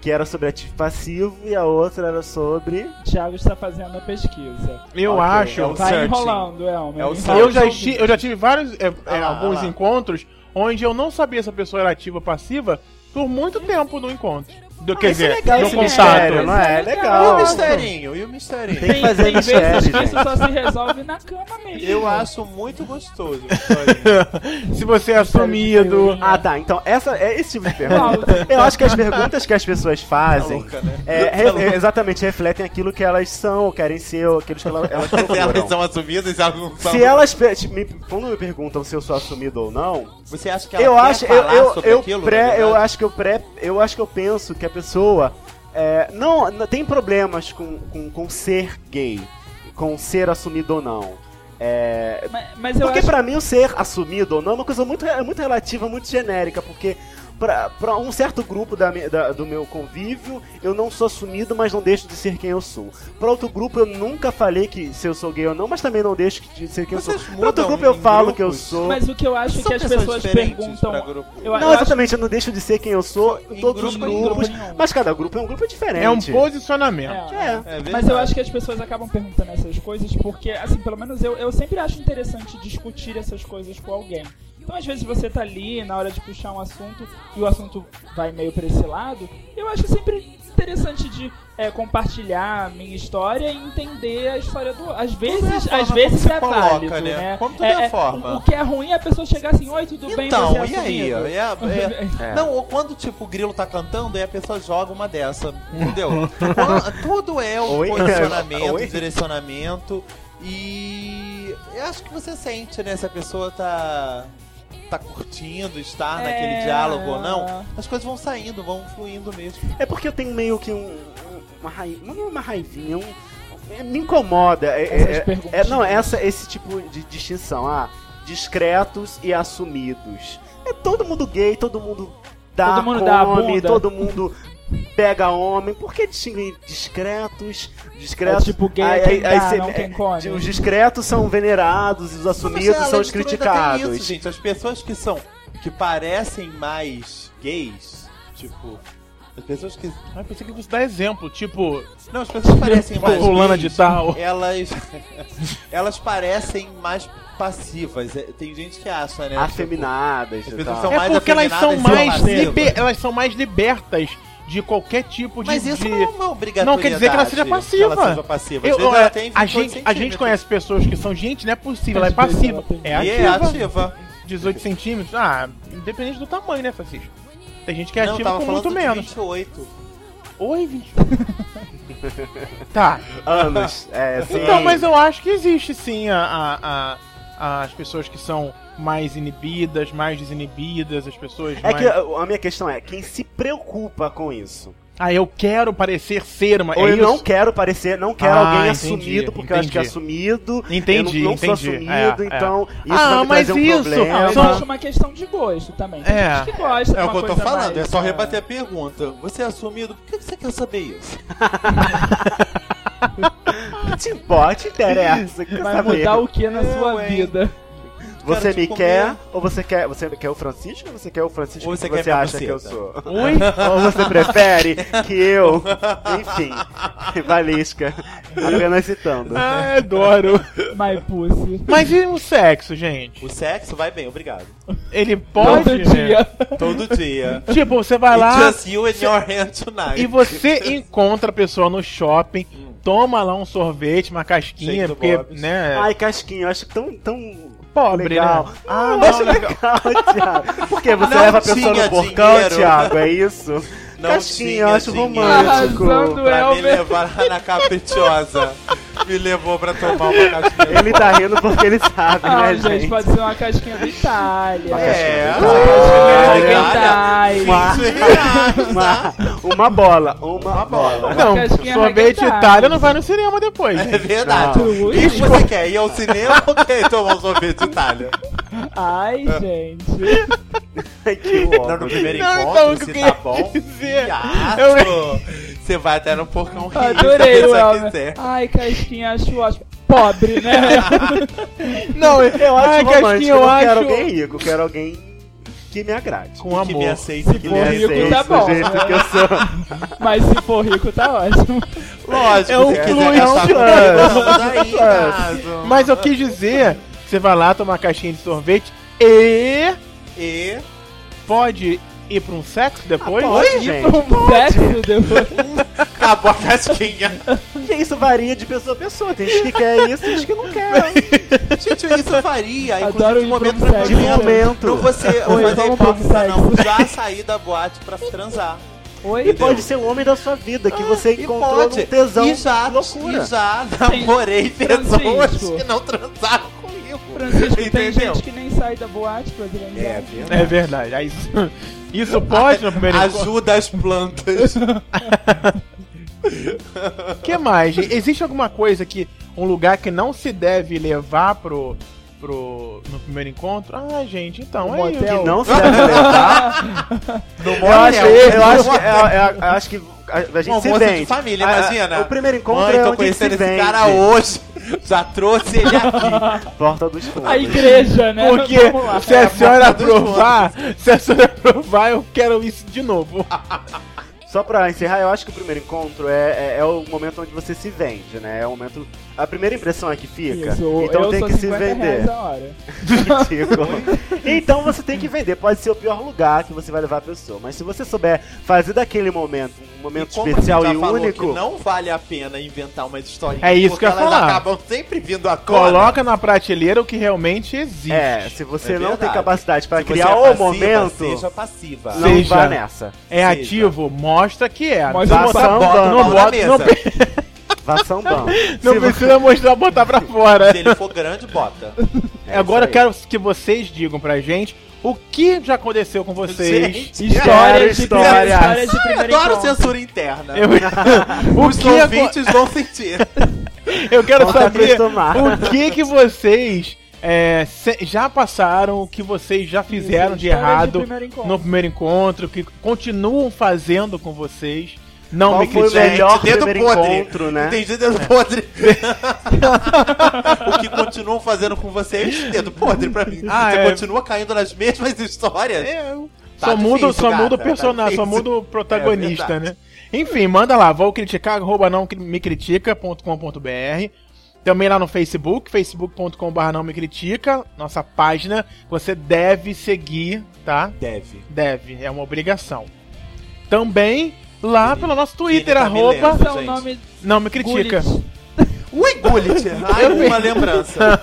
S1: que era sobre ativo passivo e a outra era sobre.
S3: Thiago está fazendo a pesquisa.
S4: Eu
S1: Ok,
S4: acho. tá
S2: é o
S3: Tá
S2: Searching.
S3: enrolando, Elmer.
S2: É o
S3: Enrola
S2: searching.
S4: Eu já,
S3: seu
S4: esti-
S3: vídeo.
S4: eu já tive vários é, é,
S2: Ah lá,
S4: alguns
S2: ah lá.
S4: encontros onde eu não sabia se a pessoa era ativa ou passiva por muito tempo no encontro. Do, quer
S1: isso é
S4: dizer,
S1: legal,
S4: no
S1: esse
S4: contato.
S1: mistério, não é? É
S2: E o
S1: legal.
S2: misterinho? E o misterinho?
S1: Tem que fazer
S3: tem
S1: mistério,
S3: vezes que isso
S1: gente.
S3: só se resolve na cama mesmo.
S2: Eu acho muito gostoso. o misterinho.
S4: se você é assumido.
S1: Ah, tá. Então, essa é esse tipo de pergunta.
S3: Pauta.
S1: Eu acho que as perguntas que as pessoas fazem
S2: Tá louca, né?
S1: é,
S2: Tá
S1: re-
S2: louca.
S1: é, exatamente refletem aquilo que elas são, ou querem ser, ou aquilo que ela- elas
S2: Se elas
S1: procuram.
S2: é, são assumidas, se elas não são.
S1: Se elas pe- me- quando me perguntam se eu sou assumido ou não,
S2: Você acha que ela
S1: eu
S2: quer
S1: acho eu
S2: falar
S1: eu,
S2: sobre
S1: eu
S2: aquilo? tá na
S1: pré eu
S2: verdade?
S1: acho que eu pré eu acho que eu penso que a pessoa é, não n- tem problemas com, com, com ser gay, com ser assumido ou não. É,
S3: Mas, mas eu
S1: porque
S3: acho
S1: pra mim o ser assumido ou não é uma coisa muito, é muito relativa, muito genérica, porque pra, pra um certo grupo da mi- da- do meu convívio, eu não sou assumido, mas não deixo de ser quem eu sou. Pra outro grupo, eu nunca falei que se eu sou gay ou não, mas também não deixo de ser quem eu
S2: Vocês
S1: sou. Pra outro
S2: mudam
S1: grupo, eu
S2: em
S1: falo que eu
S2: grupos?
S1: sou.
S3: Mas o que eu acho é
S2: São
S3: que as pessoas
S2: diferentes
S3: perguntam.
S2: pra grupo.
S3: Eu,
S1: Não,
S3: eu acho
S1: exatamente, eu não deixo de ser quem eu sou em
S2: Em
S1: todos os
S2: grupo, em
S1: grupos,
S3: grupo nenhum.
S1: mas cada grupo é um grupo diferente.
S4: É um posicionamento.
S3: é,
S1: É.
S2: É verdade.
S3: Mas eu acho que as pessoas acabam perguntando essas coisas porque, assim, pelo menos eu, eu sempre acho interessante discutir essas coisas com alguém. Então, às vezes, você tá ali na hora de puxar um assunto e o assunto vai meio pra esse lado. Eu acho sempre interessante de é, compartilhar a minha história e entender a história do. Às
S2: é a
S3: vezes,
S2: forma
S3: às vezes
S2: como se
S3: é
S2: coloca,
S3: válido,
S2: né?
S3: né?
S2: Como tudo é a forma.
S3: O, o que é ruim é a pessoa chegar assim, oi, tudo bem,
S2: então, e
S3: você é
S2: aí?
S3: assumido?"
S2: É, é-
S1: É.
S2: Não, ou quando tipo o grilo tá cantando, aí a pessoa joga uma dessa, entendeu? Quan- Tudo é o
S1: Oi?
S2: posicionamento,
S1: Oi?
S2: direcionamento e eu acho que você sente, né, se a pessoa tá tá curtindo estar naquele
S3: É.
S2: Ah, diálogo ou não, as coisas vão saindo, vão fluindo mesmo.
S1: É porque eu tenho meio que um, um- uma raiva. Não é uma raivinha, um. é- Me incomoda. É,
S3: Essas
S1: é-
S3: perguntinhas.
S1: é- não, essa, esse tipo de distinção. Ah, discretos e assumidos. É todo mundo gay, todo mundo dá
S3: Todo mundo
S1: com
S3: dá a
S1: homem,
S3: bunda.
S1: todo mundo pega homem. Por que distinguir discretos?
S3: É
S1: Discretos.
S3: tipo, gay
S1: Aí-
S3: é quem
S1: aí
S3: dá,
S1: cê-
S3: não quem come.
S1: tipo, Os discretos são venerados, e os assumidos
S2: Mas,
S1: são
S2: além
S1: os
S2: de tudo, ainda tem
S1: criticados.
S2: Isso, gente, as pessoas que são que parecem mais gays, tipo as pessoas que
S4: Mas pensei que você dá exemplo, tipo,
S2: Não, as pessoas parecem mais.
S4: fulana
S2: gays,
S4: de tal.
S2: Elas. elas parecem mais passivas. É, Tem gente que acha,
S4: tipo,
S2: né?
S1: Afeminadas.
S2: As
S1: e
S2: pessoas
S1: tal.
S2: são
S4: É
S2: mais
S4: porque elas são
S2: afeminadas e
S4: mais,
S2: passivas.
S4: liber- elas são mais libertas de qualquer tipo
S2: Tipo,
S4: de.
S2: Mas isso
S4: de-
S2: não é uma obrigatoriedade.
S4: Não quer dizer que ela seja passiva.
S2: Que ela seja passiva. Às
S4: Eu-
S2: vezes
S4: eu-
S2: ela tem
S4: a,
S2: 28
S4: gente, a gente
S2: centímetros.
S4: conhece pessoas que são gente, não é possível, ela é
S3: Mas de vez
S4: passiva.
S3: ela tem-
S4: É
S2: E
S4: ativa.
S2: é ativa.
S4: 18 centímetros? Ah, independente do tamanho, né, Francisco? Tem gente que é
S2: não,
S4: ativa
S2: tava
S4: com
S2: falando
S4: muito
S2: de
S4: menos.
S2: 28.
S4: Oi, bicho. tá.
S1: Anos. É, sim.
S4: Então, mas eu acho que existe sim a- a- a- as pessoas que são mais inibidas, mais desinibidas, as pessoas
S1: É
S4: mais.
S1: que a a minha questão é, quem se preocupa com isso?
S4: Ah, eu quero parecer ser uma.
S1: Ou
S4: é
S1: eu não
S4: isso?
S1: quero parecer, não quero
S4: Ah,
S1: alguém
S4: entendi,
S1: assumido, porque eu acho que
S4: entendi.
S1: assumido.
S4: Entendi,
S1: eu não, não sou
S4: entendi.
S1: assumido,
S4: É, é.
S1: então isso
S4: Ah,
S1: vai me
S4: mas
S1: trazer um
S4: isso-
S3: É,
S1: problema.
S3: eu
S4: Só-
S3: acho uma questão de gosto também. Tem
S4: É.
S3: gente que gosta de
S2: É o
S3: uma
S2: que eu tô
S3: coisa
S2: falando, é
S3: mais,
S2: só
S3: né?
S2: rebater a pergunta. Você é assumido? Por que você quer saber isso?
S1: Não te importa, interessa. Quer
S3: Vai
S1: saber?
S3: mudar o que na
S2: Eu,
S3: sua
S2: hein?
S3: vida?
S1: Você
S2: Quero te
S1: me
S2: comer.
S1: quer, ou você quer. Você quer o Francisco ou você quer o Francisco
S2: Ou você
S1: que
S2: quer
S1: você
S2: minha
S1: acha que eu
S2: buceta?
S1: sou?
S4: Oi?
S1: Ou você prefere que eu. Enfim. Valesca. Apenas citando.
S4: Ah, adoro.
S3: My pussy.
S4: Mas e o sexo, gente?
S2: O sexo vai bem, obrigado.
S4: Ele pode.
S3: Todo
S4: né?
S3: dia.
S2: Todo dia.
S4: Tipo, você vai
S2: It's
S4: lá
S2: just you and your hand tonight.
S4: e você encontra a pessoa no shopping, toma lá um sorvete, uma
S2: Shake
S4: casquinha,
S2: do
S4: porque,
S2: Bob's.
S4: né?
S1: Ai, Casquinho, eu acho tão. tão...
S4: pobre,
S1: legal.
S4: né?
S1: Ah,
S4: Ah,
S1: eu acho
S4: não,
S1: legal, Thiago. Por quê? Você
S2: Não
S1: leva a pessoa
S2: tinha
S1: no porcão,
S2: dinheiro.
S1: Thiago? É isso?
S2: Não
S1: Casquinha,
S2: tinha
S1: eu acho
S2: dinheiro.
S1: romântico.
S3: Arrasando.
S2: Pra me
S3: Elber.
S2: levar lá na caprichosa. me levou pra tomar uma cachaça.
S1: Ele tá rindo porque ele sabe,
S3: Ah,
S1: né,
S3: gente,
S1: gente?
S3: pode ser uma casquinha da Itália.
S1: Uma
S2: É,
S1: Cachaça.
S3: Uma casquinha
S1: Uma-
S3: da
S1: Uma, uma bola, uma, bola.
S4: Não,
S3: casquinha
S4: sorvete
S3: arregaçada.
S4: Itália não vai no cinema depois.
S2: É
S3: Ah,
S2: verdade.
S1: Não.
S2: O que você quer? Ir ao cinema ou quer ir tomar um sorvete Itália?
S3: Ai,
S1: Ah.
S3: gente.
S1: Ai, que
S2: Não, no
S1: óbvio.
S2: primeiro
S4: Não,
S2: encontro,
S4: então, o que
S2: se
S4: eu
S2: tá
S4: queria
S2: bom.
S4: dizer?
S2: Viado. Você vai até no porcão
S1: é
S2: rir,
S3: Adorei
S2: se
S3: o
S2: você
S3: Elmer.
S2: quiser.
S3: Ai, casquinha, acho ótimo. Pobre, né?
S4: Não,
S1: Eu acho
S4: ai,
S1: romântico,
S4: casquinha,
S1: eu
S4: eu
S1: não
S4: acho.
S1: quero alguém rico, eu quero alguém que me agrade.
S4: Com
S2: Que me
S4: Um amor.
S2: aceite, que
S3: for
S2: me
S3: rico,
S2: aceite.
S3: tá
S1: Esse
S3: bom,
S1: jeito
S3: né?
S1: que eu sou.
S3: Mas se for rico, tá ótimo.
S2: Lógico,
S4: É um
S2: se
S4: plus,
S2: quiser gastar
S4: plus.
S2: comigo,
S4: Plus.
S2: vamos aí,
S4: Mas eu quis dizer, você vai lá tomar uma caixinha de sorvete e
S2: E
S4: pode ir pra um sexo depois?
S1: Ah, Pode,
S3: Um
S1: gente.
S3: sexo depois.
S2: acabou a casquinha.
S1: Porque isso varia de pessoa a pessoa. Tem gente que quer isso, tem gente que não quer.
S2: Gente, eu isso faria.
S3: Adoro
S2: Inclusive, de momento
S3: ir pro
S2: pra é
S3: sexo.
S1: De
S2: momento.
S1: momento.
S2: Não você
S3: Oi,
S2: fazer
S3: vamos
S2: hipócrita,
S3: pro
S2: não.
S3: sexo.
S2: Já sair da boate pra transar.
S1: E
S3: Oi?
S1: pode ser o homem da sua vida, que você
S2: E
S1: encontrou num tesão
S2: E já,
S1: loucura.
S2: e já namorei
S3: Francisco.
S2: pessoas que não transaram comigo.
S3: Francisco, tem
S2: Entendeu?
S3: gente que nem sai da boate pra transar.
S4: É verdade. Aí Isso, isso pode no primeiro encontro?
S2: Ajuda as plantas.
S4: O que mais? gente? Existe alguma coisa que. Um lugar que não se deve levar pro. pro no primeiro encontro? Ah, gente, então
S3: Um
S4: é
S3: motel.
S4: isso.
S1: Não se deve levar. eu, acho, eu, acho que, eu, eu- eu acho que a, a gente
S2: Um
S1: se
S2: almoço de
S1: vende.
S2: família,
S1: A- a-
S2: imagina. né?
S1: O primeiro encontro
S2: Mãe,
S1: é
S2: tô
S1: onde se
S2: conhecendo esse
S1: vende.
S2: cara hoje. Já trouxe ele aqui.
S1: Porta dos fundos.
S3: A igreja, né?
S4: Porque
S3: Vamos lá.
S4: se a senhora
S2: dos
S4: aprovar, se a senhora aprovar, eu quero isso de novo.
S1: Só pra encerrar, eu acho que o primeiro encontro é, é, é o momento onde você se vende, né? É o momento... A primeira impressão é que fica.
S3: Isso,
S1: então
S3: eu
S1: tem
S3: sou
S1: que se
S3: 50 reais
S1: vender.
S3: a hora.
S1: Ridículo. Então você tem que vender. Pode ser o pior lugar que você vai levar a pessoa. Mas se você souber fazer daquele momento um momento
S2: como
S1: especial
S2: já
S1: e
S2: falou que
S1: único.
S2: não vale a pena inventar umas historinhas.
S4: É isso
S2: porque
S4: que eu ia
S2: elas
S4: falar.
S2: acabam sempre vindo à tona.
S4: Coloca na prateleira o que realmente existe.
S1: É, se você
S2: É
S1: não tem
S2: verdade.
S1: capacidade pra
S2: Se você
S1: criar
S2: é
S1: o
S2: passiva,
S1: momento,
S2: Seja passiva.
S1: não
S4: Seja.
S1: vá nessa.
S4: É
S2: Seja.
S4: ativo, mostra que é.
S3: Mostra
S4: não
S1: a
S4: mostra-
S1: samba,
S4: bota-
S1: a
S4: não
S2: bola na
S4: bota,
S2: mesa.
S4: não, pe-
S1: Vá sambando.
S4: não
S1: Se você-
S4: precisa mostrar, botar pra fora.
S2: Se ele for grande, bota.
S1: É
S4: Agora eu
S1: isso aí.
S4: quero que vocês digam pra gente o que já aconteceu com vocês.
S2: Gente, é
S3: Histórias de
S1: Histórias.
S3: primeira, histórias de
S2: eu
S3: primeira
S2: adoro
S3: encontro.
S2: censura interna.
S4: Eu, o
S2: Os
S4: que aco-
S2: ouvintes vão sentir.
S4: eu quero
S1: Vamos se
S4: saber
S1: acostumar.
S4: o que que vocês é, se- já passaram, o que vocês já fizeram de
S3: Histórias
S4: errado
S3: primeiro encontro.
S4: no primeiro encontro, o que continuam fazendo com vocês. Não
S1: Qual
S4: me
S1: foi o
S4: critiquem.
S1: melhor
S2: dedo
S1: primeiro
S2: podre.
S1: encontro, né?
S2: Entendi, dedo podre. o que continuam fazendo com vocês, dedo podre pra mim.
S4: Ah,
S2: Você
S4: é.
S2: continua caindo nas mesmas histórias.
S4: Eu.
S2: Tá
S4: só
S2: difícil,
S4: muda, só
S2: gata,
S4: muda o
S2: tá
S4: personagem, só
S2: difícil.
S4: muda o protagonista,
S2: É
S4: né? Enfim, manda lá, vou criticar, arroba não me critica.com.br. Também lá no Facebook, facebook.com.br não me critica, nossa página, você deve seguir, tá?
S2: Deve.
S4: Deve, é uma obrigação. Também lá pelo nosso Twitter,
S2: tá me
S4: arroba
S2: lendo.
S3: Esse é o
S2: gente.
S3: nome
S4: não me critica.
S3: Gulit.
S2: Ui, Gullit. Ai, uma lembrança.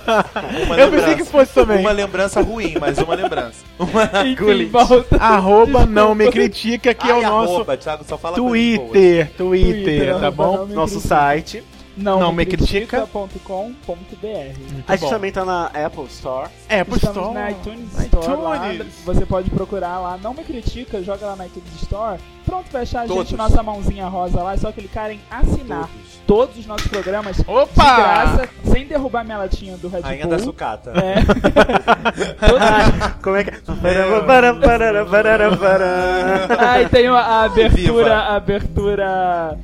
S2: Uma
S4: Eu pensei que fosse também.
S2: Uma lembrança ruim, mas uma lembrança. Uma...
S3: Enfim, volta.
S4: Arroba não me critica, que é o
S2: Ai,
S4: nosso
S2: arroba, Thiago, só fala coisa boa.
S4: Twitter, Twitter, tá
S3: arroba
S4: bom?
S3: não me
S1: Nosso
S3: critica.
S1: site.
S3: Não,
S4: não
S3: me
S4: me critica.
S3: critica.com.br.
S4: Muito
S1: A gente
S4: bom.
S1: também tá na Apple Store.
S4: É, por
S3: Estamos
S4: Store.
S3: na iTunes Store lá.
S4: iTunes.
S3: Você pode procurar lá. Não me critica, joga lá na iTunes Store. Pronto, vai achar a
S2: Todos.
S3: gente, nossa mãozinha rosa lá. É só clicar em assinar
S2: Todos.
S3: todos os nossos programas de
S4: Opa!
S3: graça, sem derrubar minha latinha do Red
S2: Rainha da
S3: Bull.
S2: sucata.
S3: É. Todos-
S1: Como é que. Parará, parará, parará, parará.
S3: Aí tem a- a
S2: Viva.
S3: abertura, a abertura.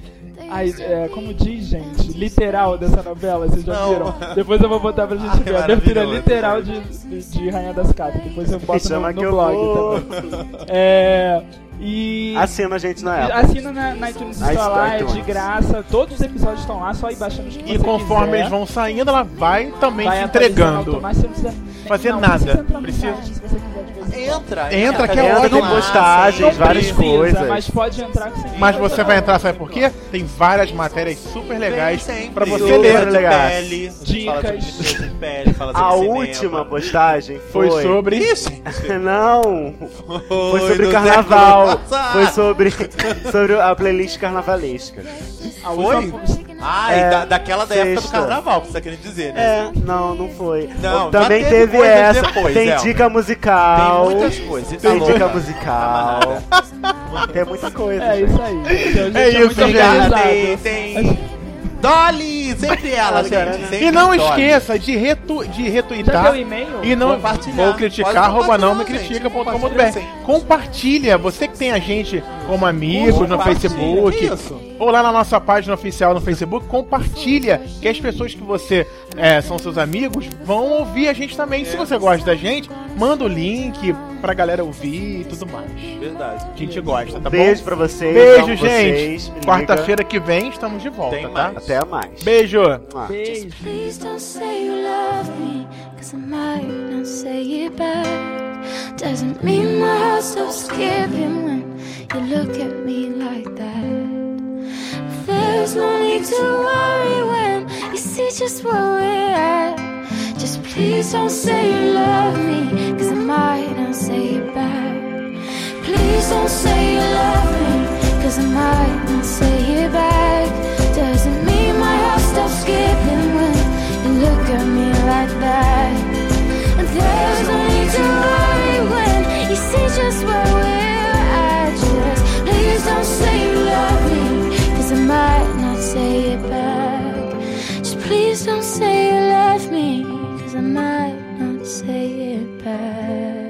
S3: ai, é, como diz, gente? Literal dessa novela, vocês já
S2: Não.
S3: viram? Depois eu vou botar pra gente
S2: Ai,
S3: ver. A abertura
S2: maravilhoso.
S3: literal de, de, de Rainha das Catas. Depois eu
S1: Me
S3: boto no,
S1: chama
S3: no
S1: que eu
S3: blog
S1: vou.
S3: também. É. E.
S1: Assina a gente na Apple.
S3: Assina na, na iTunes Store lá, é de
S1: iTunes.
S3: graça. Todos os episódios estão lá, só ir baixando os que
S4: E
S3: você
S4: conforme
S3: quiser.
S4: eles vão saindo, ela vai também
S3: Vai
S4: se
S3: atualizando
S4: entregando.
S3: automático, você não precisa
S4: Fazer
S3: não,
S4: nada.
S3: Precisa entrar no
S4: Precisa.
S3: site, se você quiser de vez em quando.
S2: Entra,
S4: Entra, que é
S1: Entra,
S4: ótimo.
S1: tem postagens,
S3: Não
S1: várias
S3: precisa,
S1: coisas.
S3: Mas pode entrar que você
S4: Mas você vai entrar, sabe por quê? Tem várias matérias super legais pra você
S1: Super
S4: ler.
S1: legais.
S2: Pele, Dicas. Fala sobre
S3: Dicas.
S2: beleza de pele, fala sobre
S1: A
S2: cinema.
S1: última postagem
S4: Foi
S1: foi.
S4: sobre.
S2: Isso.
S1: Não! Foi sobre
S2: do
S1: carnaval.
S2: século passado.
S1: Foi sobre, sobre a playlist carnavalesca.
S2: Foi? Ah,
S1: É,
S2: e da, daquela da época do
S1: sexta.
S2: carnaval, que você tá querendo dizer, né?
S1: É, não, não foi.
S2: Não, já
S1: Também
S2: teve
S1: teve,
S2: coisas
S1: essa.
S2: depois,
S1: tem
S2: Elma.
S1: dica musical.
S2: Tem muitas coisas. você tá
S1: Tem
S2: louca.
S1: dica musical. Tem muita coisa.
S3: É isso aí. Então,
S4: É
S3: a gente
S4: isso,
S3: muito
S4: gente. É
S3: organizado.
S2: Obrigada, tem, tem. Dolly! Sempre ela, gente. Sempre
S4: E não
S2: Dolly.
S4: esqueça de, retu... de
S3: Já
S4: retweetar.
S3: deu e-mail?
S4: tá? E não
S2: Compartilhar.
S4: vou
S2: Pode
S4: criticar,
S2: compartilhar,
S4: arroba não me
S2: gente. Compartilha sim.
S4: critica.com.br. Compartilha, você que tem a gente como amigos no
S2: Compartilha,
S4: Facebook,
S2: que isso?
S4: ou lá na nossa página oficial no Facebook, compartilha que as pessoas que você é, são seus amigos vão ouvir a gente também. Se você gosta da gente, manda o link pra galera ouvir e tudo mais.
S2: Verdade.
S4: A gente gosta, tá
S1: Beijo
S4: bom?
S1: pra vocês.
S4: Beijo,
S1: amo vocês,
S4: gente.
S1: me liga.
S4: Quarta-feira que vem estamos de volta,
S2: Tem
S4: tá?
S2: mais.
S1: Até mais.
S4: Beijo.
S1: Mua.
S3: Beijo.
S5: Please don't say you love me, cause I might not say it back. Doesn't mean my heart stops skipping when you look at me like that. There's no need to worry when you see just where we're at. Just please don't say you love me, cause I might not say it back. Please don't say you love me, cause I might not say it back. Doesn't mean my heart stops skipping when you look at me like that. And there's no need to worry when you see just where we're at. Just please don't say you love me, cause I might not say it back. Just please don't say you love me, cause I might not say it back.